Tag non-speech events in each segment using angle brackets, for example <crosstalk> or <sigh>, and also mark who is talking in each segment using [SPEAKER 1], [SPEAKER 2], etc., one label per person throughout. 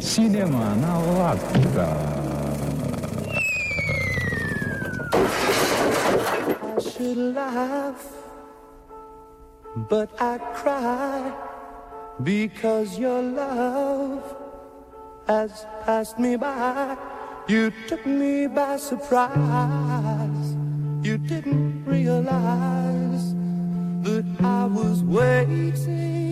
[SPEAKER 1] Cinema na lata.
[SPEAKER 2] should laugh, but I cry because your love has passed me by. You took me by surprise. You didn't realize that I was waiting.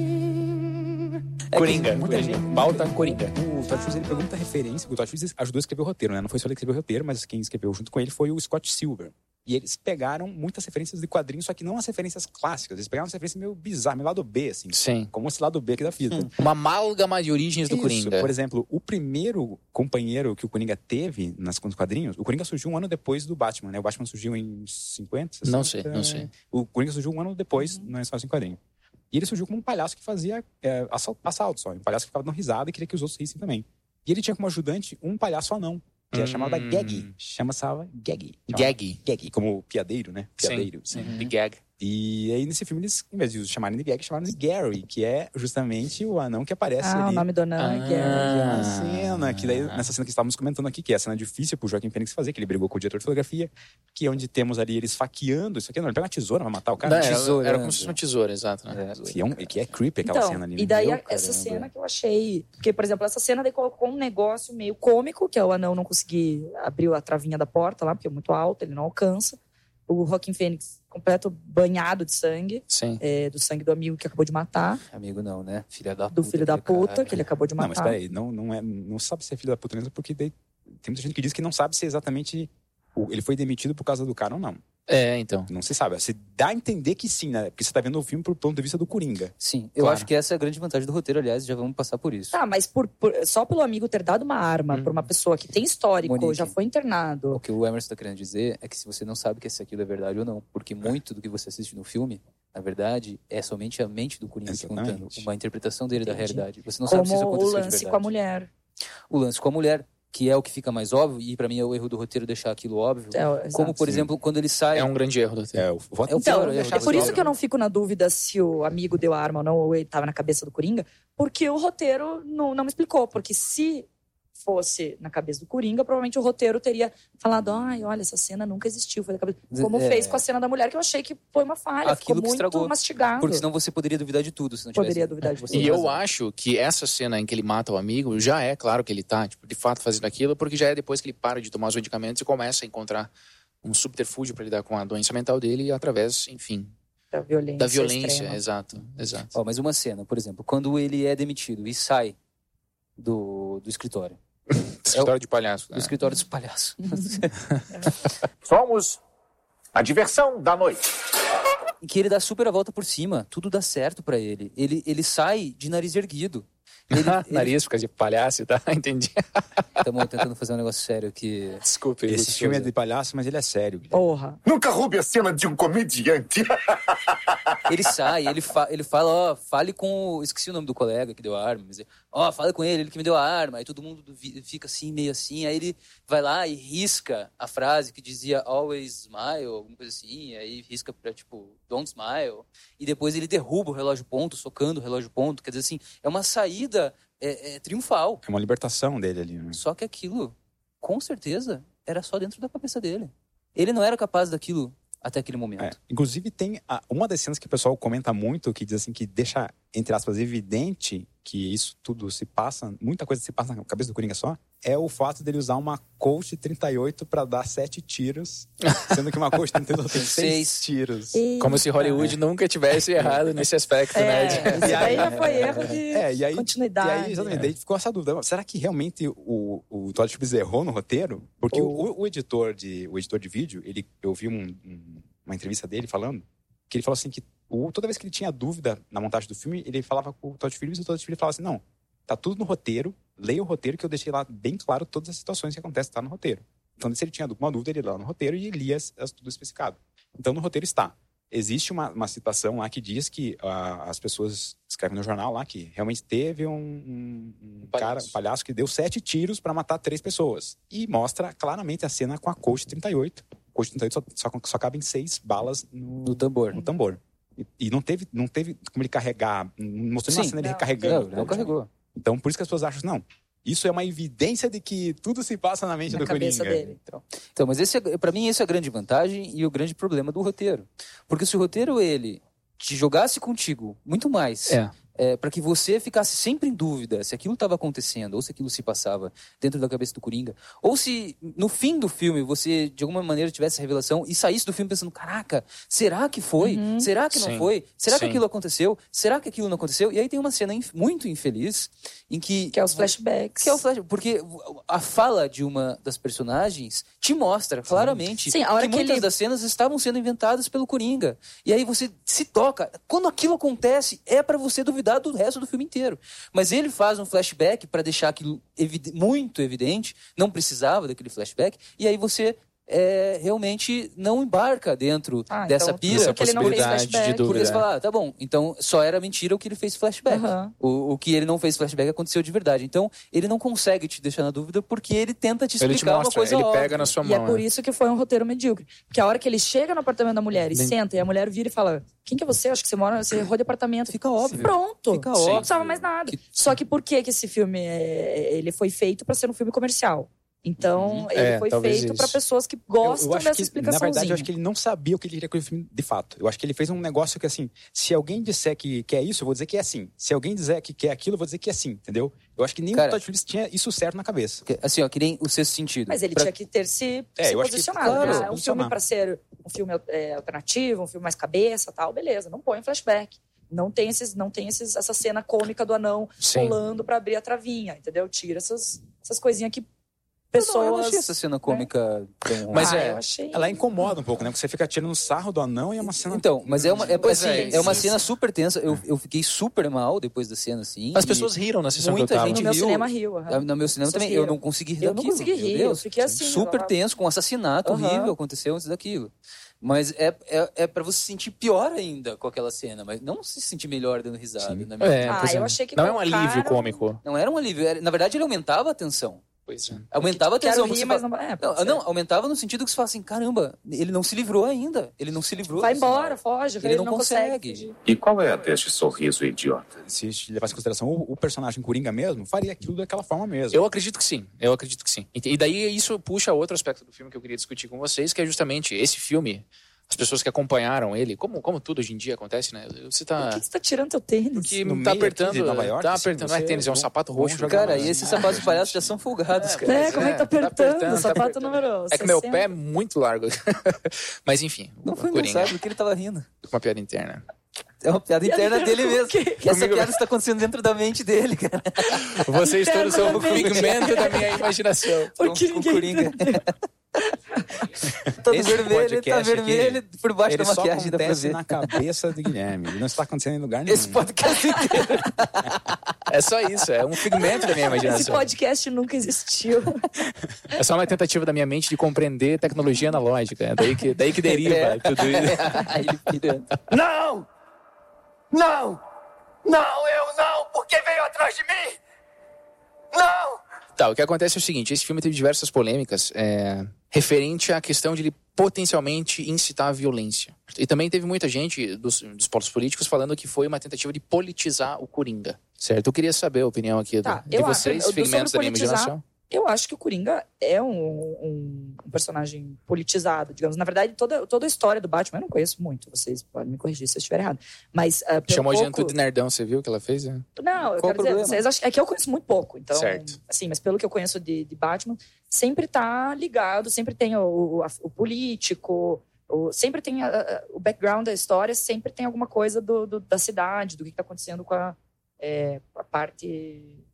[SPEAKER 3] É que
[SPEAKER 4] Coringa,
[SPEAKER 3] muita
[SPEAKER 4] Coringa.
[SPEAKER 3] gente-
[SPEAKER 4] Pauta Coringa.
[SPEAKER 3] O Todd Phillips, ele pegou muita referência, porque o Todd Phillips ajudou a escrever o roteiro, né? Não foi só ele que escreveu o roteiro, mas quem escreveu junto com ele foi o Scott Silver. E eles pegaram muitas referências de quadrinhos, só que não as referências clássicas. Eles pegaram umas referências meio bizarras, meio lado B, assim.
[SPEAKER 4] Sim.
[SPEAKER 3] Como esse lado B aqui da vida.
[SPEAKER 4] Uma amálgama de origens do
[SPEAKER 3] Isso.
[SPEAKER 4] Coringa.
[SPEAKER 3] Por exemplo, o primeiro companheiro que o Coringa teve nas nos quadrinhos, o Coringa surgiu um ano depois do Batman, né? O Batman surgiu em 50, 60,
[SPEAKER 4] Não sei, não sei.
[SPEAKER 3] O Coringa surgiu um ano
[SPEAKER 5] Uhum.
[SPEAKER 3] depois na história em quadrinho. E ele surgiu como um palhaço que fazia é, assal- assalto só. Um palhaço que ficava dando risada e queria que os outros rissem também. E ele tinha como ajudante um palhaço anão, que era
[SPEAKER 4] Hum.
[SPEAKER 3] chamado Gag. Chama-se Gag.
[SPEAKER 4] Gag.
[SPEAKER 3] Gag, como piadeiro, né? Piadeiro.
[SPEAKER 4] Sim, de gag.
[SPEAKER 3] E aí, nesse filme, eles, em vez de chamarem de Gag, chamaram de Gary, que é justamente o anão que aparece
[SPEAKER 5] Ah, o
[SPEAKER 3] ali.
[SPEAKER 5] nome do anão é Gary.
[SPEAKER 3] Uma
[SPEAKER 4] Ah.
[SPEAKER 3] cena que daí, nessa cena que estávamos comentando aqui, que é a cena difícil pro Joaquim Fênix fazer, que ele brigou com o diretor de fotografia, que é onde temos ali eles faqueando isso aqui. Não, ele pega uma tesoura, vai matar o cara. é
[SPEAKER 4] Não,
[SPEAKER 5] é,
[SPEAKER 4] era-
[SPEAKER 3] Tesoura.
[SPEAKER 4] era, como se fosse uma tesoura, exato. né?
[SPEAKER 3] Que é, um, que é creepy aquela
[SPEAKER 5] Então,
[SPEAKER 3] cena ali. né?
[SPEAKER 5] e daí
[SPEAKER 3] Meu
[SPEAKER 5] a- essa
[SPEAKER 3] caramba.
[SPEAKER 5] cena que eu achei. Porque, por exemplo, essa cena daí colocou um negócio meio cômico, que é o anão não conseguir abrir a travinha da porta lá, porque é muito alto, ele não alcança. O Rockin' Fênix completo banhado de sangue,
[SPEAKER 4] Sim.
[SPEAKER 5] é, do sangue do amigo que acabou de matar,
[SPEAKER 6] Amigo não, né? Filha da puta.
[SPEAKER 5] do filho da
[SPEAKER 6] aquele
[SPEAKER 5] puta
[SPEAKER 6] caralho.
[SPEAKER 5] que ele acabou de
[SPEAKER 3] Não, mas
[SPEAKER 5] matar.
[SPEAKER 3] peraí, não, não, é, não sabe se é filho da puta mesmo, porque daí tem muita gente que diz que não sabe se é exatamente o- ele foi demitido por causa do cara ou não.
[SPEAKER 4] É, então.
[SPEAKER 3] Não se sabe. Se dá a entender que sim, né? Porque você tá vendo o filme por ponto de vista do Coringa.
[SPEAKER 6] Sim, eu
[SPEAKER 4] Claro.
[SPEAKER 6] acho que essa é a grande vantagem do roteiro, aliás, já vamos passar por isso.
[SPEAKER 5] Tá, mas por- por- só pelo amigo ter dado uma arma pra uma pessoa que tem histórico,
[SPEAKER 6] Uhum. Monique.
[SPEAKER 5] já foi
[SPEAKER 6] O
[SPEAKER 5] internado.
[SPEAKER 6] que o Emerson tá querendo dizer é que se você não sabe que se aquilo é verdade ou não, porque muito do que você assiste no filme, na verdade, é somente a mente do Coringa te
[SPEAKER 3] Exatamente.
[SPEAKER 6] contando, uma interpretação dele da
[SPEAKER 5] Entendi.
[SPEAKER 6] realidade. Você não sabe se isso
[SPEAKER 5] Como o
[SPEAKER 6] aconteceu de
[SPEAKER 5] lance
[SPEAKER 6] verdade.
[SPEAKER 5] com a mulher.
[SPEAKER 6] O lance com a mulher, que é o que fica mais óbvio, e pra mim é o erro do roteiro deixar aquilo óbvio.
[SPEAKER 5] É,
[SPEAKER 6] Como,
[SPEAKER 5] exato.
[SPEAKER 6] por exemplo, quando ele sai...
[SPEAKER 4] É um grande erro do
[SPEAKER 3] É, o
[SPEAKER 4] <laughs>
[SPEAKER 3] voto
[SPEAKER 6] É o
[SPEAKER 5] Então,
[SPEAKER 6] pior erro
[SPEAKER 5] é
[SPEAKER 6] do
[SPEAKER 5] por isso
[SPEAKER 6] roteiro.
[SPEAKER 5] que eu não fico na dúvida se o amigo deu a arma ou não, ou ele estava na cabeça do Coringa, porque o roteiro não, não me explicou. Porque se fosse na cabeça do Coringa, provavelmente o roteiro teria falado: ai, olha, essa cena nunca existiu. Foi da cabeça. Como
[SPEAKER 6] É.
[SPEAKER 5] fez com a cena da mulher, que eu achei que foi uma falha.
[SPEAKER 6] Aquilo que
[SPEAKER 5] ficou muito
[SPEAKER 6] estragou,
[SPEAKER 5] mastigado.
[SPEAKER 6] Porque senão você poderia duvidar de tudo, se não tivesse... É,
[SPEAKER 5] Poderia duvidar de
[SPEAKER 6] você
[SPEAKER 3] É.
[SPEAKER 4] E
[SPEAKER 5] tudo.
[SPEAKER 6] tem
[SPEAKER 4] eu
[SPEAKER 6] razão.
[SPEAKER 4] acho que essa cena em que ele mata o amigo já é claro que ele tá, tipo, de fato fazendo aquilo, porque já é depois que ele para de tomar os medicamentos e começa a encontrar um subterfúgio para lidar com a doença mental dele através, enfim,
[SPEAKER 5] Da violência.
[SPEAKER 4] da violência, é.
[SPEAKER 5] extrema.
[SPEAKER 4] exato, exato.
[SPEAKER 6] Ó, mas uma cena, por exemplo, quando ele é demitido e sai do, do escritório.
[SPEAKER 4] Escritório de palhaço. né?
[SPEAKER 6] Do escritório dos palhaços.
[SPEAKER 7] Somos a diversão da noite.
[SPEAKER 6] E que ele dá super a volta por cima. Tudo dá certo pra ele. ele. Ele sai de nariz erguido. Ele, ele...
[SPEAKER 4] <laughs> Nariz por causa de palhaço, tá? <laughs> Entendi.
[SPEAKER 6] Estamos tentando fazer um negócio sério que...
[SPEAKER 4] Desculpe.
[SPEAKER 3] Esse filme é de palhaço, mas ele é sério. Guilherme.
[SPEAKER 5] Porra.
[SPEAKER 7] Nunca roube a cena de um comediante.
[SPEAKER 6] Ele sai, ele, fa- ele fala, ó, fale com... o- Esqueci o nome do colega que deu a arma. Mas... ele- Ó, fala com ele, ele que me deu a arma. Aí todo mundo vi- fica assim, meio assim. Aí ele vai lá e risca a frase que dizia always smile, alguma coisa assim. Aí risca pra, tipo, don't smile. E depois ele derruba o relógio ponto, socando o relógio ponto. Quer dizer, assim, é uma saída é, é, triunfal.
[SPEAKER 3] É uma libertação dele ali, né?
[SPEAKER 6] Só que aquilo, com certeza, era só dentro da cabeça dele. Ele não era capaz daquilo até aquele
[SPEAKER 3] É,
[SPEAKER 6] momento.
[SPEAKER 3] Inclusive, tem a- uma das cenas que o pessoal comenta muito, que diz assim, que deixa, entre aspas, evidente que isso tudo se passa, muita coisa se passa na cabeça do Coringa só, é o fato dele usar uma Colt 38 pra dar sete tiros, sendo que uma Colt 38 tem seis
[SPEAKER 6] Seis.
[SPEAKER 3] tiros.
[SPEAKER 5] E...
[SPEAKER 4] Como se Hollywood nunca tivesse errado nesse aspecto,
[SPEAKER 5] É,
[SPEAKER 4] né?
[SPEAKER 5] isso
[SPEAKER 4] De-
[SPEAKER 5] aí já foi erro de
[SPEAKER 3] <laughs> É, e aí-
[SPEAKER 5] continuidade.
[SPEAKER 3] E aí, exatamente, daí ficou essa dúvida. Será que realmente o, o Todd Phillips errou no roteiro? Porque o, o editor de, o editor de vídeo, ele, eu vi um- um- uma entrevista dele falando, que ele falou assim que o- toda vez que ele tinha dúvida na montagem do filme, ele falava com o Todd Phillips e o Todd Phillips falava assim, não, tá tudo no roteiro, leia o roteiro que eu deixei lá bem claro todas as situações que acontecem, tá no roteiro. Então, se ele tinha alguma dúvida, ele ia lá no roteiro e lia as, as- tudo especificado. Então, no roteiro está. Existe uma, uma citação lá que diz que ah, as pessoas escrevem no jornal lá que realmente teve um, um- um cara, um palhaço que deu sete tiros para matar três pessoas. E mostra claramente a cena com a Coach 38. Coach 38 só, só, só cabem seis balas no,
[SPEAKER 6] No tambor.
[SPEAKER 3] no tambor. E, e não, teve, não teve como ele carregar, não mostrou nenhuma
[SPEAKER 6] Sim.
[SPEAKER 3] cena ele
[SPEAKER 5] Não.
[SPEAKER 3] recarregando.
[SPEAKER 6] Não, não carregou.
[SPEAKER 3] Então, por isso que as pessoas acham, não, Isso é uma evidência de que tudo se passa na mente
[SPEAKER 5] na
[SPEAKER 3] do
[SPEAKER 5] cabeça
[SPEAKER 3] Coringa.
[SPEAKER 5] dele. Então,
[SPEAKER 6] Então, mas esse é, para mim essa é a grande vantagem e o grande problema do roteiro. Porque se o roteiro ele te jogasse contigo muito mais,
[SPEAKER 4] É.
[SPEAKER 6] para que você ficasse sempre em dúvida se aquilo estava acontecendo ou se aquilo se passava dentro da cabeça do Coringa, ou se no fim do filme você de alguma maneira tivesse a revelação e saísse do filme pensando, caraca, será que foi? Será que não
[SPEAKER 4] Sim.
[SPEAKER 6] foi? Será
[SPEAKER 4] Sim.
[SPEAKER 6] que aquilo aconteceu? Será que aquilo não aconteceu? E aí tem uma cena inf- muito infeliz em que
[SPEAKER 5] que é os flashbacks.
[SPEAKER 6] que é o flash, porque a fala de uma das personagens te mostra claramente
[SPEAKER 5] Sim, a hora
[SPEAKER 6] que,
[SPEAKER 5] que
[SPEAKER 6] muitas
[SPEAKER 5] ele-
[SPEAKER 6] das cenas estavam sendo inventadas pelo Coringa. E aí você se toca. Quando aquilo acontece, é pra você duvidar do resto do filme inteiro. Mas ele faz um flashback pra deixar aquilo evide- muito evidente, não precisava daquele flashback, e aí você é, realmente não embarca dentro
[SPEAKER 5] Ah,
[SPEAKER 6] dessa
[SPEAKER 5] então,
[SPEAKER 6] pira.
[SPEAKER 5] Isso que ele não fez
[SPEAKER 4] possibilidade de
[SPEAKER 5] flashback.
[SPEAKER 6] Porque
[SPEAKER 4] dúvida.
[SPEAKER 6] você fala, ah, tá bom, então só era mentira o que ele fez flashback.
[SPEAKER 5] Aham.
[SPEAKER 6] O, o que ele não fez flashback aconteceu de verdade. Então, ele não consegue te deixar na dúvida porque ele tenta te explicar
[SPEAKER 4] Ele te
[SPEAKER 6] uma
[SPEAKER 4] mostra,
[SPEAKER 6] coisa
[SPEAKER 4] ele
[SPEAKER 6] óbvia.
[SPEAKER 4] pega na sua
[SPEAKER 5] E é
[SPEAKER 4] mão. né?
[SPEAKER 3] né?
[SPEAKER 5] por isso que foi um roteiro medíocre. Porque a hora que ele chega no apartamento da mulher e
[SPEAKER 4] Bem-
[SPEAKER 5] senta, e a mulher vira e fala: Quem que é você? Acho que você mora, você errou de apartamento.
[SPEAKER 6] Fica óbvio.
[SPEAKER 5] Pronto.
[SPEAKER 6] Fica
[SPEAKER 5] Não
[SPEAKER 6] óbvio.
[SPEAKER 5] precisava mais nada.
[SPEAKER 6] Que-
[SPEAKER 5] Só que por que, que esse filme é- ele foi feito para ser um filme comercial? Então,
[SPEAKER 3] Uhum.
[SPEAKER 5] ele
[SPEAKER 4] É,
[SPEAKER 5] foi
[SPEAKER 4] talvez
[SPEAKER 5] feito
[SPEAKER 4] isso.
[SPEAKER 5] para pessoas que
[SPEAKER 3] Eu-
[SPEAKER 5] gostam
[SPEAKER 3] eu acho
[SPEAKER 5] dessa
[SPEAKER 3] que,
[SPEAKER 5] explicaçãozinha.
[SPEAKER 3] na verdade, eu acho que ele não sabia o que ele queria com o filme de fato. Eu acho que ele fez um negócio que, assim, se alguém disser que quer isso, eu vou dizer que é assim. Se alguém disser que quer aquilo, eu vou dizer que é assim, entendeu? Eu acho que nem
[SPEAKER 6] Cara-
[SPEAKER 3] o Todd Phillips tinha isso certo na cabeça.
[SPEAKER 6] Que- Assim, ó, que nem o sexto sentido.
[SPEAKER 5] Mas ele
[SPEAKER 6] Pra-
[SPEAKER 5] tinha que ter se,
[SPEAKER 3] É,
[SPEAKER 5] se
[SPEAKER 3] eu acho que-
[SPEAKER 5] posicionado.
[SPEAKER 3] claro,
[SPEAKER 5] né? Ah, é um filme
[SPEAKER 3] posicionar.
[SPEAKER 5] para ser um filme é, alternativo, um filme mais cabeça tal, beleza. Não põe um flashback. Não tem, esses, não tem esses, essa cena cômica do anão
[SPEAKER 4] Sim.
[SPEAKER 5] pulando para abrir a travinha, entendeu? Tira essas, essas coisinhas que
[SPEAKER 6] Eu não- Eu não
[SPEAKER 5] pessoas... né?
[SPEAKER 6] achei essa cena cômica tão ruim.
[SPEAKER 4] Mas
[SPEAKER 5] ah,
[SPEAKER 4] é,
[SPEAKER 5] eu achei...
[SPEAKER 3] Ela incomoda um pouco, né? Porque você fica tirando sarro do anão e é uma cena...
[SPEAKER 6] Então, mas é uma, é,
[SPEAKER 4] Pois
[SPEAKER 6] assim,
[SPEAKER 4] é,
[SPEAKER 6] é uma
[SPEAKER 5] sim,
[SPEAKER 6] cena super tensa. Eu, eu fiquei super mal depois da cena, assim.
[SPEAKER 4] As
[SPEAKER 6] e
[SPEAKER 4] pessoas riram na sessão
[SPEAKER 6] muita
[SPEAKER 4] que eu tava.
[SPEAKER 5] No
[SPEAKER 6] gente
[SPEAKER 5] meu
[SPEAKER 6] viu-
[SPEAKER 5] cinema riu. aham.
[SPEAKER 4] É,
[SPEAKER 6] Ah, No meu cinema
[SPEAKER 5] Vocês
[SPEAKER 6] também, eu
[SPEAKER 5] riram.
[SPEAKER 6] não consegui rir
[SPEAKER 5] Eu não
[SPEAKER 6] daquilo.
[SPEAKER 5] consegui
[SPEAKER 6] meu
[SPEAKER 5] rir, eu
[SPEAKER 6] Deus.
[SPEAKER 5] fiquei assim,
[SPEAKER 6] Super
[SPEAKER 5] eu tava-
[SPEAKER 6] tenso, com um assassinato
[SPEAKER 5] Aham.
[SPEAKER 6] horrível aconteceu antes daquilo. Mas é, é, é para você se sentir pior ainda com aquela cena, mas não se sentir melhor dando risada. Na minha
[SPEAKER 4] É,
[SPEAKER 5] Ah,
[SPEAKER 4] pois é.
[SPEAKER 5] eu achei que
[SPEAKER 4] não é um
[SPEAKER 5] colocaram-
[SPEAKER 4] alívio cômico.
[SPEAKER 6] Não era um alívio, era- na verdade ele aumentava a tensão.
[SPEAKER 4] Pois é.
[SPEAKER 6] Aumentava a
[SPEAKER 5] Quero
[SPEAKER 6] tensão.
[SPEAKER 5] rir,
[SPEAKER 6] você
[SPEAKER 5] mas
[SPEAKER 6] fala-
[SPEAKER 5] não... É,
[SPEAKER 6] não,
[SPEAKER 5] pode
[SPEAKER 6] não,
[SPEAKER 5] ser.
[SPEAKER 6] aumentava no sentido que você fala assim, caramba, ele não se livrou ainda, ele não se livrou.
[SPEAKER 5] Vai
[SPEAKER 6] desse mal."
[SPEAKER 4] assim."
[SPEAKER 5] embora, foge.
[SPEAKER 6] Ele
[SPEAKER 5] Ele,
[SPEAKER 6] não consegue.
[SPEAKER 5] fugir.
[SPEAKER 7] E qual é a deste sorriso idiota?
[SPEAKER 3] Se levasse em consideração o, o personagem Coringa mesmo, faria aquilo daquela forma mesmo.
[SPEAKER 4] Eu acredito que sim, eu acredito que sim. E e daí isso puxa outro aspecto do filme que eu queria discutir com vocês, que é justamente esse filme, as pessoas que acompanharam ele, como, como tudo hoje em dia acontece, né? Você
[SPEAKER 5] Por
[SPEAKER 4] tá.
[SPEAKER 5] que que você tá tirando teu tênis?
[SPEAKER 4] Porque
[SPEAKER 3] No
[SPEAKER 4] tá
[SPEAKER 3] meio aqui de
[SPEAKER 4] apertando.
[SPEAKER 3] Nova York,
[SPEAKER 4] tá
[SPEAKER 3] assim,
[SPEAKER 4] apertando. não é
[SPEAKER 3] você
[SPEAKER 4] tênis, é um
[SPEAKER 3] não-
[SPEAKER 4] sapato
[SPEAKER 3] não
[SPEAKER 4] roxo.
[SPEAKER 3] joga
[SPEAKER 6] Cara,
[SPEAKER 3] mais.
[SPEAKER 6] e esses sapatos palhaços já são folgados, cara.
[SPEAKER 5] É,
[SPEAKER 4] Mas
[SPEAKER 5] como é que tá
[SPEAKER 4] é, tá
[SPEAKER 5] apertando?
[SPEAKER 4] apertando, tá
[SPEAKER 5] sapato
[SPEAKER 4] apertando.
[SPEAKER 5] número
[SPEAKER 4] É que meu
[SPEAKER 5] 60.
[SPEAKER 4] pé é muito largo. <laughs> Mas enfim,
[SPEAKER 6] Não foi
[SPEAKER 4] Coringa,
[SPEAKER 6] engraçado, porque ele tava rindo.
[SPEAKER 4] uma piada interna.
[SPEAKER 6] É uma piada interna dele
[SPEAKER 5] <laughs>
[SPEAKER 6] mesmo.
[SPEAKER 5] que-
[SPEAKER 6] Essa piada está acontecendo dentro da mente dele, cara.
[SPEAKER 4] Vocês todos são o
[SPEAKER 5] Internamente.
[SPEAKER 4] pigmento da minha imaginação.
[SPEAKER 5] Por
[SPEAKER 6] Com-
[SPEAKER 5] que
[SPEAKER 6] com
[SPEAKER 5] ninguém
[SPEAKER 6] Coringa.
[SPEAKER 5] entendeu?
[SPEAKER 6] <laughs> Tá
[SPEAKER 3] Esse
[SPEAKER 6] vermelho, ele tá
[SPEAKER 3] podcast aqui,
[SPEAKER 6] vermelho por baixo
[SPEAKER 3] Ele
[SPEAKER 6] da
[SPEAKER 3] só
[SPEAKER 6] maquiagem, é dá pra
[SPEAKER 3] acontece
[SPEAKER 6] ver.
[SPEAKER 3] na cabeça do Guilherme. Ele não está acontecendo em lugar nenhum.
[SPEAKER 6] Esse podcast inteiro.
[SPEAKER 4] É só isso, é um pigmento da minha
[SPEAKER 5] Esse
[SPEAKER 4] imaginação.
[SPEAKER 5] podcast nunca existiu. <laughs>
[SPEAKER 4] É só uma tentativa da minha mente de compreender tecnologia analógica. É daí que, daí que deriva
[SPEAKER 6] É.
[SPEAKER 4] tudo isso.
[SPEAKER 6] <laughs> Aí ele pirando.
[SPEAKER 7] Não! Não! Não, eu não! Por que veio atrás de mim? Não!
[SPEAKER 4] Tá, o que acontece é o seguinte: esse filme teve diversas polêmicas é, referente à questão de ele potencialmente incitar a violência. E também teve muita gente dos, dos polos políticos falando que foi uma tentativa de politizar o Coringa, certo? Eu queria saber a opinião aqui
[SPEAKER 5] Tá,
[SPEAKER 4] do, de
[SPEAKER 5] eu acho-
[SPEAKER 4] vocês,
[SPEAKER 5] eu- sobre
[SPEAKER 4] segmentos da minha
[SPEAKER 5] politizar,
[SPEAKER 4] imaginação.
[SPEAKER 5] Eu acho que o Coringa é um, um- um personagem politizado, digamos. Na verdade, toda, toda a história do Batman, eu não conheço muito, vocês podem me corrigir se eu estiver errado. Mas, ah, pelo
[SPEAKER 4] Chamou a
[SPEAKER 5] pouco...
[SPEAKER 4] gente de nerdão, você viu o que ela fez? né?
[SPEAKER 5] Não, eu
[SPEAKER 6] Qual o
[SPEAKER 5] quero dizer,
[SPEAKER 6] problema?
[SPEAKER 5] vocês acham- é que eu conheço muito pouco, então.
[SPEAKER 4] Certo.
[SPEAKER 5] Assim, mas pelo que eu conheço de, de Batman, sempre tá ligado, sempre tem o, o- a- o político, o- sempre tem a- a- o background da história, sempre tem alguma coisa do- do- da cidade, do que, que tá acontecendo com a, é, com a parte.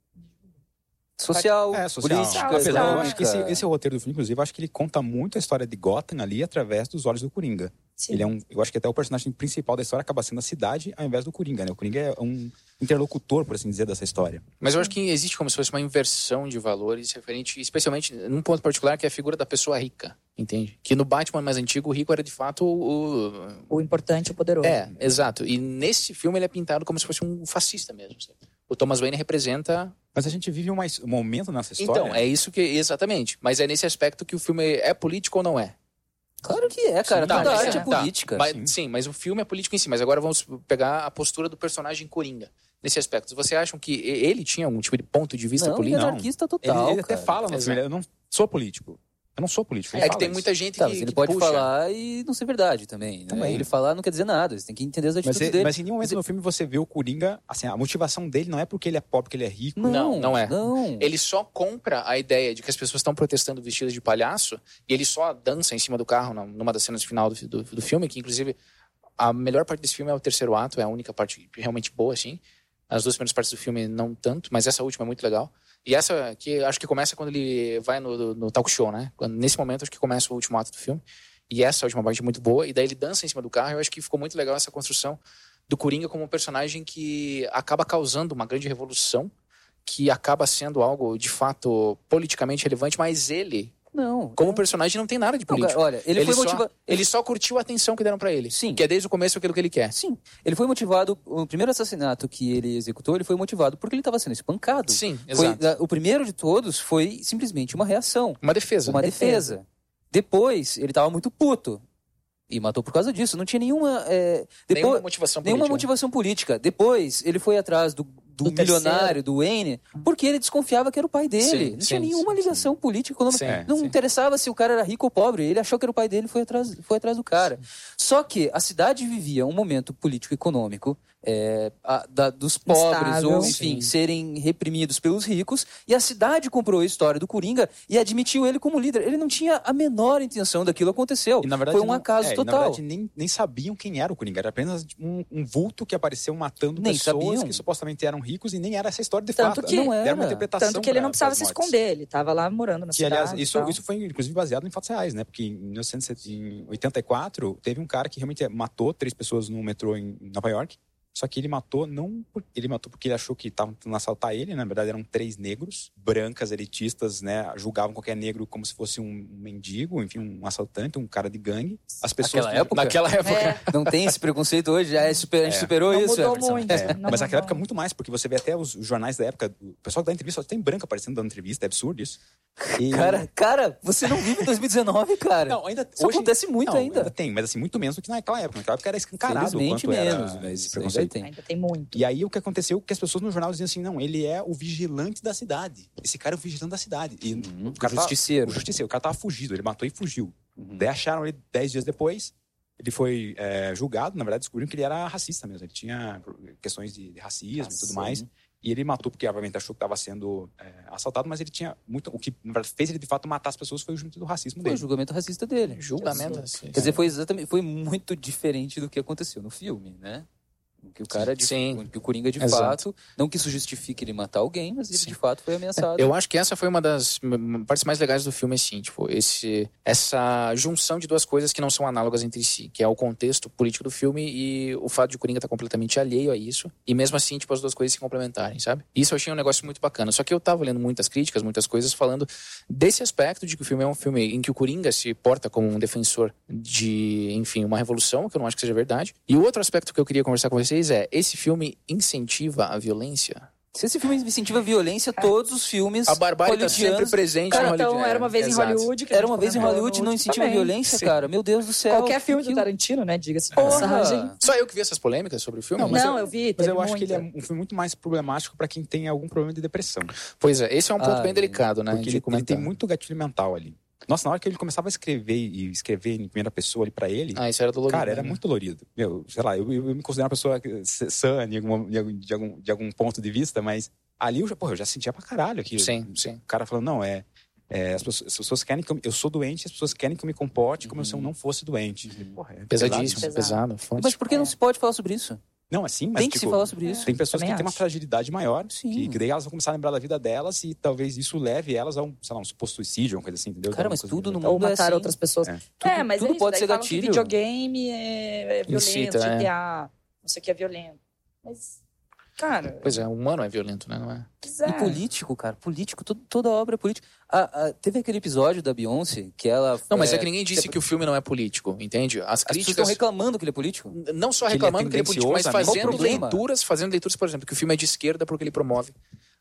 [SPEAKER 6] Social,
[SPEAKER 3] É, social.
[SPEAKER 6] política,
[SPEAKER 5] Apesar,
[SPEAKER 3] Apesar, eu
[SPEAKER 5] econômica.
[SPEAKER 3] acho que esse, esse é roteiro do filme, inclusive, eu acho que ele conta muito a história de Gotham ali através dos olhos do Coringa.
[SPEAKER 5] Sim.
[SPEAKER 3] Ele é um, eu acho que até o personagem principal da história acaba sendo a cidade ao invés do Coringa, né? O Coringa é um interlocutor, por assim dizer, dessa história.
[SPEAKER 4] Mas eu acho que existe como se fosse uma inversão de valores referente, especialmente num ponto particular, que é a figura da pessoa rica, entende? Que no Batman mais antigo, o rico era de fato o,
[SPEAKER 5] O importante é o
[SPEAKER 6] Uhum.
[SPEAKER 5] poderoso.
[SPEAKER 4] É, exato. E nesse filme ele é pintado como se fosse um fascista mesmo. sabe? O Thomas Wayne representa.
[SPEAKER 3] Mas a gente vive um, mais- um momento nessa história.
[SPEAKER 4] Então, é isso que. Exatamente. Mas é nesse aspecto que o filme é político ou não é.
[SPEAKER 6] Claro que é, cara.
[SPEAKER 4] Sim, tá,
[SPEAKER 6] Toda
[SPEAKER 4] mas
[SPEAKER 6] arte
[SPEAKER 4] é,
[SPEAKER 6] é
[SPEAKER 4] tá.
[SPEAKER 6] política.
[SPEAKER 4] Mas- sim. mas o filme é político em si. Mas agora vamos pegar a postura do personagem Coringa. nesse aspecto? Você acham que e- ele tinha algum tipo de ponto de vista
[SPEAKER 6] Não, ele é
[SPEAKER 4] político?
[SPEAKER 6] anarquista
[SPEAKER 3] Ele,
[SPEAKER 6] total.
[SPEAKER 3] ele até
[SPEAKER 6] cara.
[SPEAKER 3] fala no
[SPEAKER 4] Exato.
[SPEAKER 3] filme, eu não sou político. Eu não sou político. ele
[SPEAKER 4] É que
[SPEAKER 3] fala
[SPEAKER 4] tem
[SPEAKER 3] isso.
[SPEAKER 4] muita gente
[SPEAKER 6] Tá,
[SPEAKER 4] que,
[SPEAKER 6] mas ele
[SPEAKER 4] que
[SPEAKER 6] pode
[SPEAKER 4] puxa.
[SPEAKER 6] falar e não ser verdade também. né?
[SPEAKER 3] Também.
[SPEAKER 6] Ele falar não quer dizer nada, você tem que entender as atitudes
[SPEAKER 3] Mas, é-
[SPEAKER 6] dele.
[SPEAKER 3] mas em nenhum momento no filme você vê o Coringa, assim, a motivação dele não é porque ele é pobre, porque ele é rico.
[SPEAKER 4] Não, não é.
[SPEAKER 6] Não.
[SPEAKER 4] Ele só compra a ideia de que as pessoas estão protestando vestidas de palhaço e ele só dança em cima do carro na- numa das cenas final do, fi- do, do filme, que inclusive a melhor parte desse filme é o terceiro ato, é a única parte realmente boa, assim. As duas primeiras partes do filme não tanto, mas essa última é muito legal. E essa que acho que começa quando ele vai no, no- no talk show, né? Quando- nesse momento acho que começa o último ato do filme. E essa última parte é muito boa. E daí ele dança em cima do carro. Eu acho que ficou muito legal essa construção do Coringa como um personagem que acaba causando uma grande revolução que acaba sendo algo de fato politicamente relevante, mas ele,
[SPEAKER 6] Não.
[SPEAKER 4] como personagem, não tem nada de
[SPEAKER 6] É. Não, cara,
[SPEAKER 4] político.
[SPEAKER 6] olha, ele, foi
[SPEAKER 4] só,
[SPEAKER 6] motivado.
[SPEAKER 4] ele só curtiu a atenção que deram pra ele.
[SPEAKER 6] Sim.
[SPEAKER 4] Que é desde o começo aquilo que ele quer.
[SPEAKER 6] Sim, ele foi motivado. O primeiro assassinato que ele executou, ele foi motivado porque ele estava sendo espancado.
[SPEAKER 4] Sim,
[SPEAKER 6] Foi-
[SPEAKER 4] exato.
[SPEAKER 6] a- o primeiro de todos foi simplesmente uma reação,
[SPEAKER 4] Uma defesa.
[SPEAKER 6] uma defesa. Depois, ele estava muito puto e matou por causa disso. Não tinha nenhuma. é, depois,
[SPEAKER 4] Nenhuma motivação
[SPEAKER 6] Nenhuma
[SPEAKER 4] política. né?
[SPEAKER 6] motivação política. Depois, ele foi atrás do, do,
[SPEAKER 5] Do
[SPEAKER 6] milionário, do Wayne, porque ele desconfiava que era o pai dele.
[SPEAKER 4] Sim,
[SPEAKER 6] não
[SPEAKER 4] sim,
[SPEAKER 6] tinha nenhuma ligação política econômica.
[SPEAKER 4] Sim,
[SPEAKER 6] não
[SPEAKER 4] sim.
[SPEAKER 6] interessava se o cara era rico ou pobre. Ele achou que era o pai dele e foi atrás, foi atrás do cara. Só que a cidade vivia um momento político-econômico é, a- da- dos pobres,
[SPEAKER 5] Instável.
[SPEAKER 6] ou enfim, serem reprimidos pelos ricos. E a cidade comprou a história do Coringa e admitiu ele como líder. Ele não tinha a menor intenção daquilo aconteceu.
[SPEAKER 3] E, na verdade,
[SPEAKER 6] foi um
[SPEAKER 3] não-
[SPEAKER 6] acaso
[SPEAKER 3] é, e,
[SPEAKER 6] total.
[SPEAKER 3] na verdade, nem, nem sabiam quem era o Coringa. Era apenas um, um vulto que apareceu matando
[SPEAKER 6] Nem
[SPEAKER 3] pessoas
[SPEAKER 6] sabiam.
[SPEAKER 3] que supostamente eram ricos e nem era essa história de
[SPEAKER 5] Tanto
[SPEAKER 3] fato.
[SPEAKER 5] que-
[SPEAKER 6] Não
[SPEAKER 3] Deram
[SPEAKER 6] era.
[SPEAKER 3] uma interpretação
[SPEAKER 5] Tanto que ele
[SPEAKER 3] pra-
[SPEAKER 5] não precisava
[SPEAKER 3] pras
[SPEAKER 5] se
[SPEAKER 3] mortes.
[SPEAKER 5] esconder, ele estava lá morando na
[SPEAKER 3] Que,
[SPEAKER 5] cidade.
[SPEAKER 3] aliás,
[SPEAKER 5] e
[SPEAKER 3] isso,
[SPEAKER 5] tal.
[SPEAKER 3] isso foi inclusive baseado em fatos reais, né? Porque em 1984 teve um cara que realmente matou três pessoas no metrô em Nova York. Só que ele matou não por- ele matou porque ele achou que estavam tentando assaltar ele, né? na verdade eram três negros, brancas, elitistas, né? Julgavam qualquer negro como se fosse um mendigo, enfim, um assaltante, um cara de gangue. As pessoas
[SPEAKER 6] Naquela época?
[SPEAKER 4] Naquela época.
[SPEAKER 5] É,
[SPEAKER 6] Não tem esse preconceito hoje, já é super, a gente
[SPEAKER 3] É.
[SPEAKER 6] superou
[SPEAKER 5] não
[SPEAKER 6] isso.
[SPEAKER 5] mudou
[SPEAKER 6] Everson.
[SPEAKER 5] muito.
[SPEAKER 3] É,
[SPEAKER 5] não
[SPEAKER 3] mas naquela época
[SPEAKER 5] mudou.
[SPEAKER 3] muito mais, porque você vê até os os jornais da época, o pessoal que dá entrevista só tem branco aparecendo dando entrevista, é absurdo isso. E-
[SPEAKER 6] Cara, cara, você não vive em 2019, cara.
[SPEAKER 3] não, ainda
[SPEAKER 6] isso acontece muito
[SPEAKER 3] não,
[SPEAKER 6] ainda.
[SPEAKER 3] Tem, mas assim, muito menos do que naquela época. Naquela época era escancarado o
[SPEAKER 6] Infelizmente
[SPEAKER 3] quanto
[SPEAKER 6] menos,
[SPEAKER 3] era
[SPEAKER 6] mas
[SPEAKER 3] esse
[SPEAKER 6] isso aí
[SPEAKER 3] preconceito.
[SPEAKER 6] vai ter.
[SPEAKER 5] Ainda tem muito.
[SPEAKER 3] E aí o que aconteceu é que as pessoas no jornal diziam assim, não, ele é o vigilante da cidade. Esse cara é o vigilante da cidade. E
[SPEAKER 6] Uhum,
[SPEAKER 3] o cara
[SPEAKER 6] o
[SPEAKER 3] tava-
[SPEAKER 6] justiceiro. Uhum.
[SPEAKER 3] o justiceiro, o cara tava fugido, ele matou e fugiu. Daí acharam ele dez dias depois, ele foi é, julgado, na verdade descobriram que ele era racista mesmo. Ele tinha questões de, de racismo e tudo mais. E ele matou porque obviamente achou que estava sendo é, assaltado, mas ele tinha muito... O que na verdade, fez ele de fato matar as pessoas foi o junto do racismo
[SPEAKER 6] Foi o
[SPEAKER 3] dele.
[SPEAKER 6] julgamento racista dele.
[SPEAKER 4] Julgamento.
[SPEAKER 6] Quer dizer, foi exatamente, foi muito diferente do que aconteceu no filme, né? Que o cara, de,
[SPEAKER 4] Sim.
[SPEAKER 6] que o Coringa de
[SPEAKER 4] Exato.
[SPEAKER 6] fato, não que isso justifique ele matar alguém, mas ele
[SPEAKER 4] Sim.
[SPEAKER 6] de fato foi ameaçado.
[SPEAKER 3] É,
[SPEAKER 4] Eu acho que essa foi uma das m- m- partes mais legais do filme, assim, tipo, esse, essa junção de duas coisas que não são análogas entre si, que é o contexto político do filme e o fato de o Coringa estar completamente alheio a isso, e mesmo assim, tipo, as duas coisas se complementarem, sabe? Isso eu achei um negócio muito bacana. Só que eu tava lendo muitas críticas, muitas coisas falando desse aspecto de que o filme é um filme em que o Coringa se porta como um defensor de, enfim, uma revolução, que eu não acho que seja verdade. E o outro aspecto que eu queria conversar com vocês é, esse filme incentiva a violência?
[SPEAKER 6] Se esse filme incentiva a violência, todos os filmes
[SPEAKER 4] A barbárie tá sempre
[SPEAKER 6] hollywoodianos-
[SPEAKER 4] presente
[SPEAKER 5] Cara,
[SPEAKER 4] no
[SPEAKER 5] então,
[SPEAKER 4] Hollywood.
[SPEAKER 5] era uma vez em
[SPEAKER 4] Exato.
[SPEAKER 5] Hollywood. que a
[SPEAKER 6] Era
[SPEAKER 5] gente
[SPEAKER 6] uma
[SPEAKER 3] né?
[SPEAKER 6] vez em
[SPEAKER 5] comentou
[SPEAKER 6] Hollywood,
[SPEAKER 5] no último
[SPEAKER 6] não incentiva a
[SPEAKER 5] também.
[SPEAKER 6] violência, é cara. Meu Deus do céu.
[SPEAKER 5] Qualquer filme do
[SPEAKER 6] aquilo-
[SPEAKER 5] Tarantino, né? Diga-se de passagem.
[SPEAKER 3] é
[SPEAKER 6] Porra!
[SPEAKER 4] Só eu que vi essas polêmicas sobre o filme?
[SPEAKER 5] Não,
[SPEAKER 3] mas eu-
[SPEAKER 5] eu vi.
[SPEAKER 3] Mas
[SPEAKER 5] teve
[SPEAKER 3] eu acho que ele é
[SPEAKER 5] muita.
[SPEAKER 3] um filme muito mais problemático para quem tem algum problema de depressão.
[SPEAKER 4] Pois é, esse é um ponto
[SPEAKER 6] Ah,
[SPEAKER 4] bem
[SPEAKER 6] é.
[SPEAKER 4] delicado, né?
[SPEAKER 3] Porque
[SPEAKER 4] de
[SPEAKER 3] ele, ele
[SPEAKER 4] comentar.
[SPEAKER 3] tem muito gatilho mental ali. Nossa, na hora que ele começava a escrever e escrever em primeira pessoa ali pra ele,
[SPEAKER 4] Ah, isso era dolorido.
[SPEAKER 3] cara, era
[SPEAKER 4] né?
[SPEAKER 3] muito dolorido. Meu, sei lá, eu, eu- eu me considero uma pessoa que- sã- sã em alguma- de algum, de, algum, de algum ponto de vista, mas ali eu já, porra, eu já sentia pra caralho aquilo.
[SPEAKER 4] Sim, sim.
[SPEAKER 3] O cara falando, não, é. é, as, pessoas, as pessoas querem que eu, eu sou doente, as pessoas querem que eu me comporte como se eu não fosse doente. Porra, é
[SPEAKER 4] Pesadíssimo,
[SPEAKER 3] pesado.
[SPEAKER 4] pesado. forte.
[SPEAKER 6] Mas por que não se pode falar sobre isso?
[SPEAKER 3] Não, assim, mas
[SPEAKER 6] Tem que se
[SPEAKER 3] tipo,
[SPEAKER 6] falar sobre isso.
[SPEAKER 3] é. tem pessoas que
[SPEAKER 5] Também
[SPEAKER 3] têm uma
[SPEAKER 5] acho.
[SPEAKER 3] fragilidade maior,
[SPEAKER 6] Sim.
[SPEAKER 3] que, que daí elas vão começar a lembrar da vida delas e talvez isso leve elas a um, sei lá, um suposto suicídio, uma coisa assim, entendeu?
[SPEAKER 6] Cara,
[SPEAKER 3] Uma
[SPEAKER 6] mas
[SPEAKER 3] coisa
[SPEAKER 6] tudo no
[SPEAKER 3] mental.
[SPEAKER 5] Ou
[SPEAKER 6] mundo é
[SPEAKER 5] matar
[SPEAKER 6] assim.
[SPEAKER 5] outras pessoas.
[SPEAKER 3] É.
[SPEAKER 5] é, mas
[SPEAKER 6] tudo
[SPEAKER 5] é isso,
[SPEAKER 6] pode
[SPEAKER 5] daí
[SPEAKER 6] ser
[SPEAKER 5] falam que
[SPEAKER 6] gatilho.
[SPEAKER 5] videogame é, é violento,
[SPEAKER 4] Incita, é.
[SPEAKER 5] GTA, não sei o que é violento. Mas, cara,
[SPEAKER 4] Pois é, o humano é violento, né? Não é?
[SPEAKER 5] pois é.
[SPEAKER 6] E político, cara. Político, to- toda obra é política. Ah, ah, teve aquele episódio da Beyoncé que ela.
[SPEAKER 4] Não, mas é,
[SPEAKER 6] eh,
[SPEAKER 4] que ninguém disse que o filme não é político, entende? As
[SPEAKER 6] As pessoas estão
[SPEAKER 4] críticas.
[SPEAKER 6] reclamando que ele é político.
[SPEAKER 4] Não só
[SPEAKER 3] Que ele é
[SPEAKER 4] reclamando que ele é político, mas
[SPEAKER 3] tendencioso, né? Qual
[SPEAKER 4] fazendo
[SPEAKER 6] o problema?
[SPEAKER 4] leituras, fazendo leituras, por exemplo, que o filme é de esquerda porque ele promove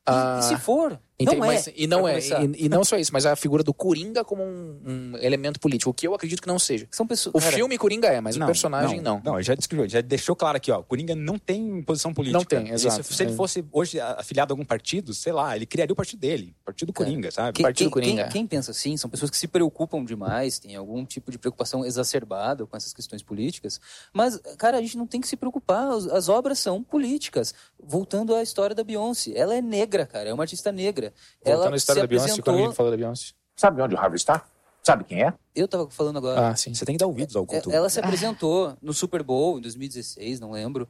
[SPEAKER 4] Ah,
[SPEAKER 6] e se for?
[SPEAKER 4] Entende?
[SPEAKER 6] Não é.
[SPEAKER 4] Mas- e não
[SPEAKER 6] pra
[SPEAKER 4] é.
[SPEAKER 6] começar.
[SPEAKER 4] E, e não só isso, mas a figura do Coringa como um, um elemento político, o que eu acredito que não seja.
[SPEAKER 6] São pessoas.
[SPEAKER 4] O
[SPEAKER 6] cara,
[SPEAKER 4] filme Coringa é, mas o personagem não.
[SPEAKER 3] Não, ele já descreveu, ele já deixou claro aqui, ó. Coringa não tem posição política.
[SPEAKER 4] Não tem,
[SPEAKER 3] Ele-
[SPEAKER 4] exato.
[SPEAKER 3] Se, se ele
[SPEAKER 4] É.
[SPEAKER 3] fosse hoje a- afiliado a algum partido, sei lá, ele criaria o partido dele. Partido
[SPEAKER 6] Cara,
[SPEAKER 3] Coringa, sabe?
[SPEAKER 6] Quem,
[SPEAKER 4] Partido
[SPEAKER 6] quem,
[SPEAKER 4] Coringa.
[SPEAKER 6] quem, quem pensa assim são pessoas que se preocupam demais, têm algum tipo de preocupação exacerbada com essas questões políticas. Mas, cara, a gente não tem que se preocupar. As, as obras são políticas. Voltando à história da Beyoncé, ela é negra, cara. É uma artista negra.
[SPEAKER 4] Voltando à
[SPEAKER 6] ela
[SPEAKER 4] história
[SPEAKER 6] se
[SPEAKER 4] da Beyoncé, quando a
[SPEAKER 6] apresentou.
[SPEAKER 4] gente falou da Beyoncé.
[SPEAKER 7] Sabe onde o Harvey está? Sabe quem é?
[SPEAKER 6] Eu tava falando agora.
[SPEAKER 4] Ah, sim.
[SPEAKER 3] Você tem que dar ouvidos ao
[SPEAKER 6] É,
[SPEAKER 3] culto.
[SPEAKER 6] Ela se apresentou no Super Bowl em 2016, não lembro.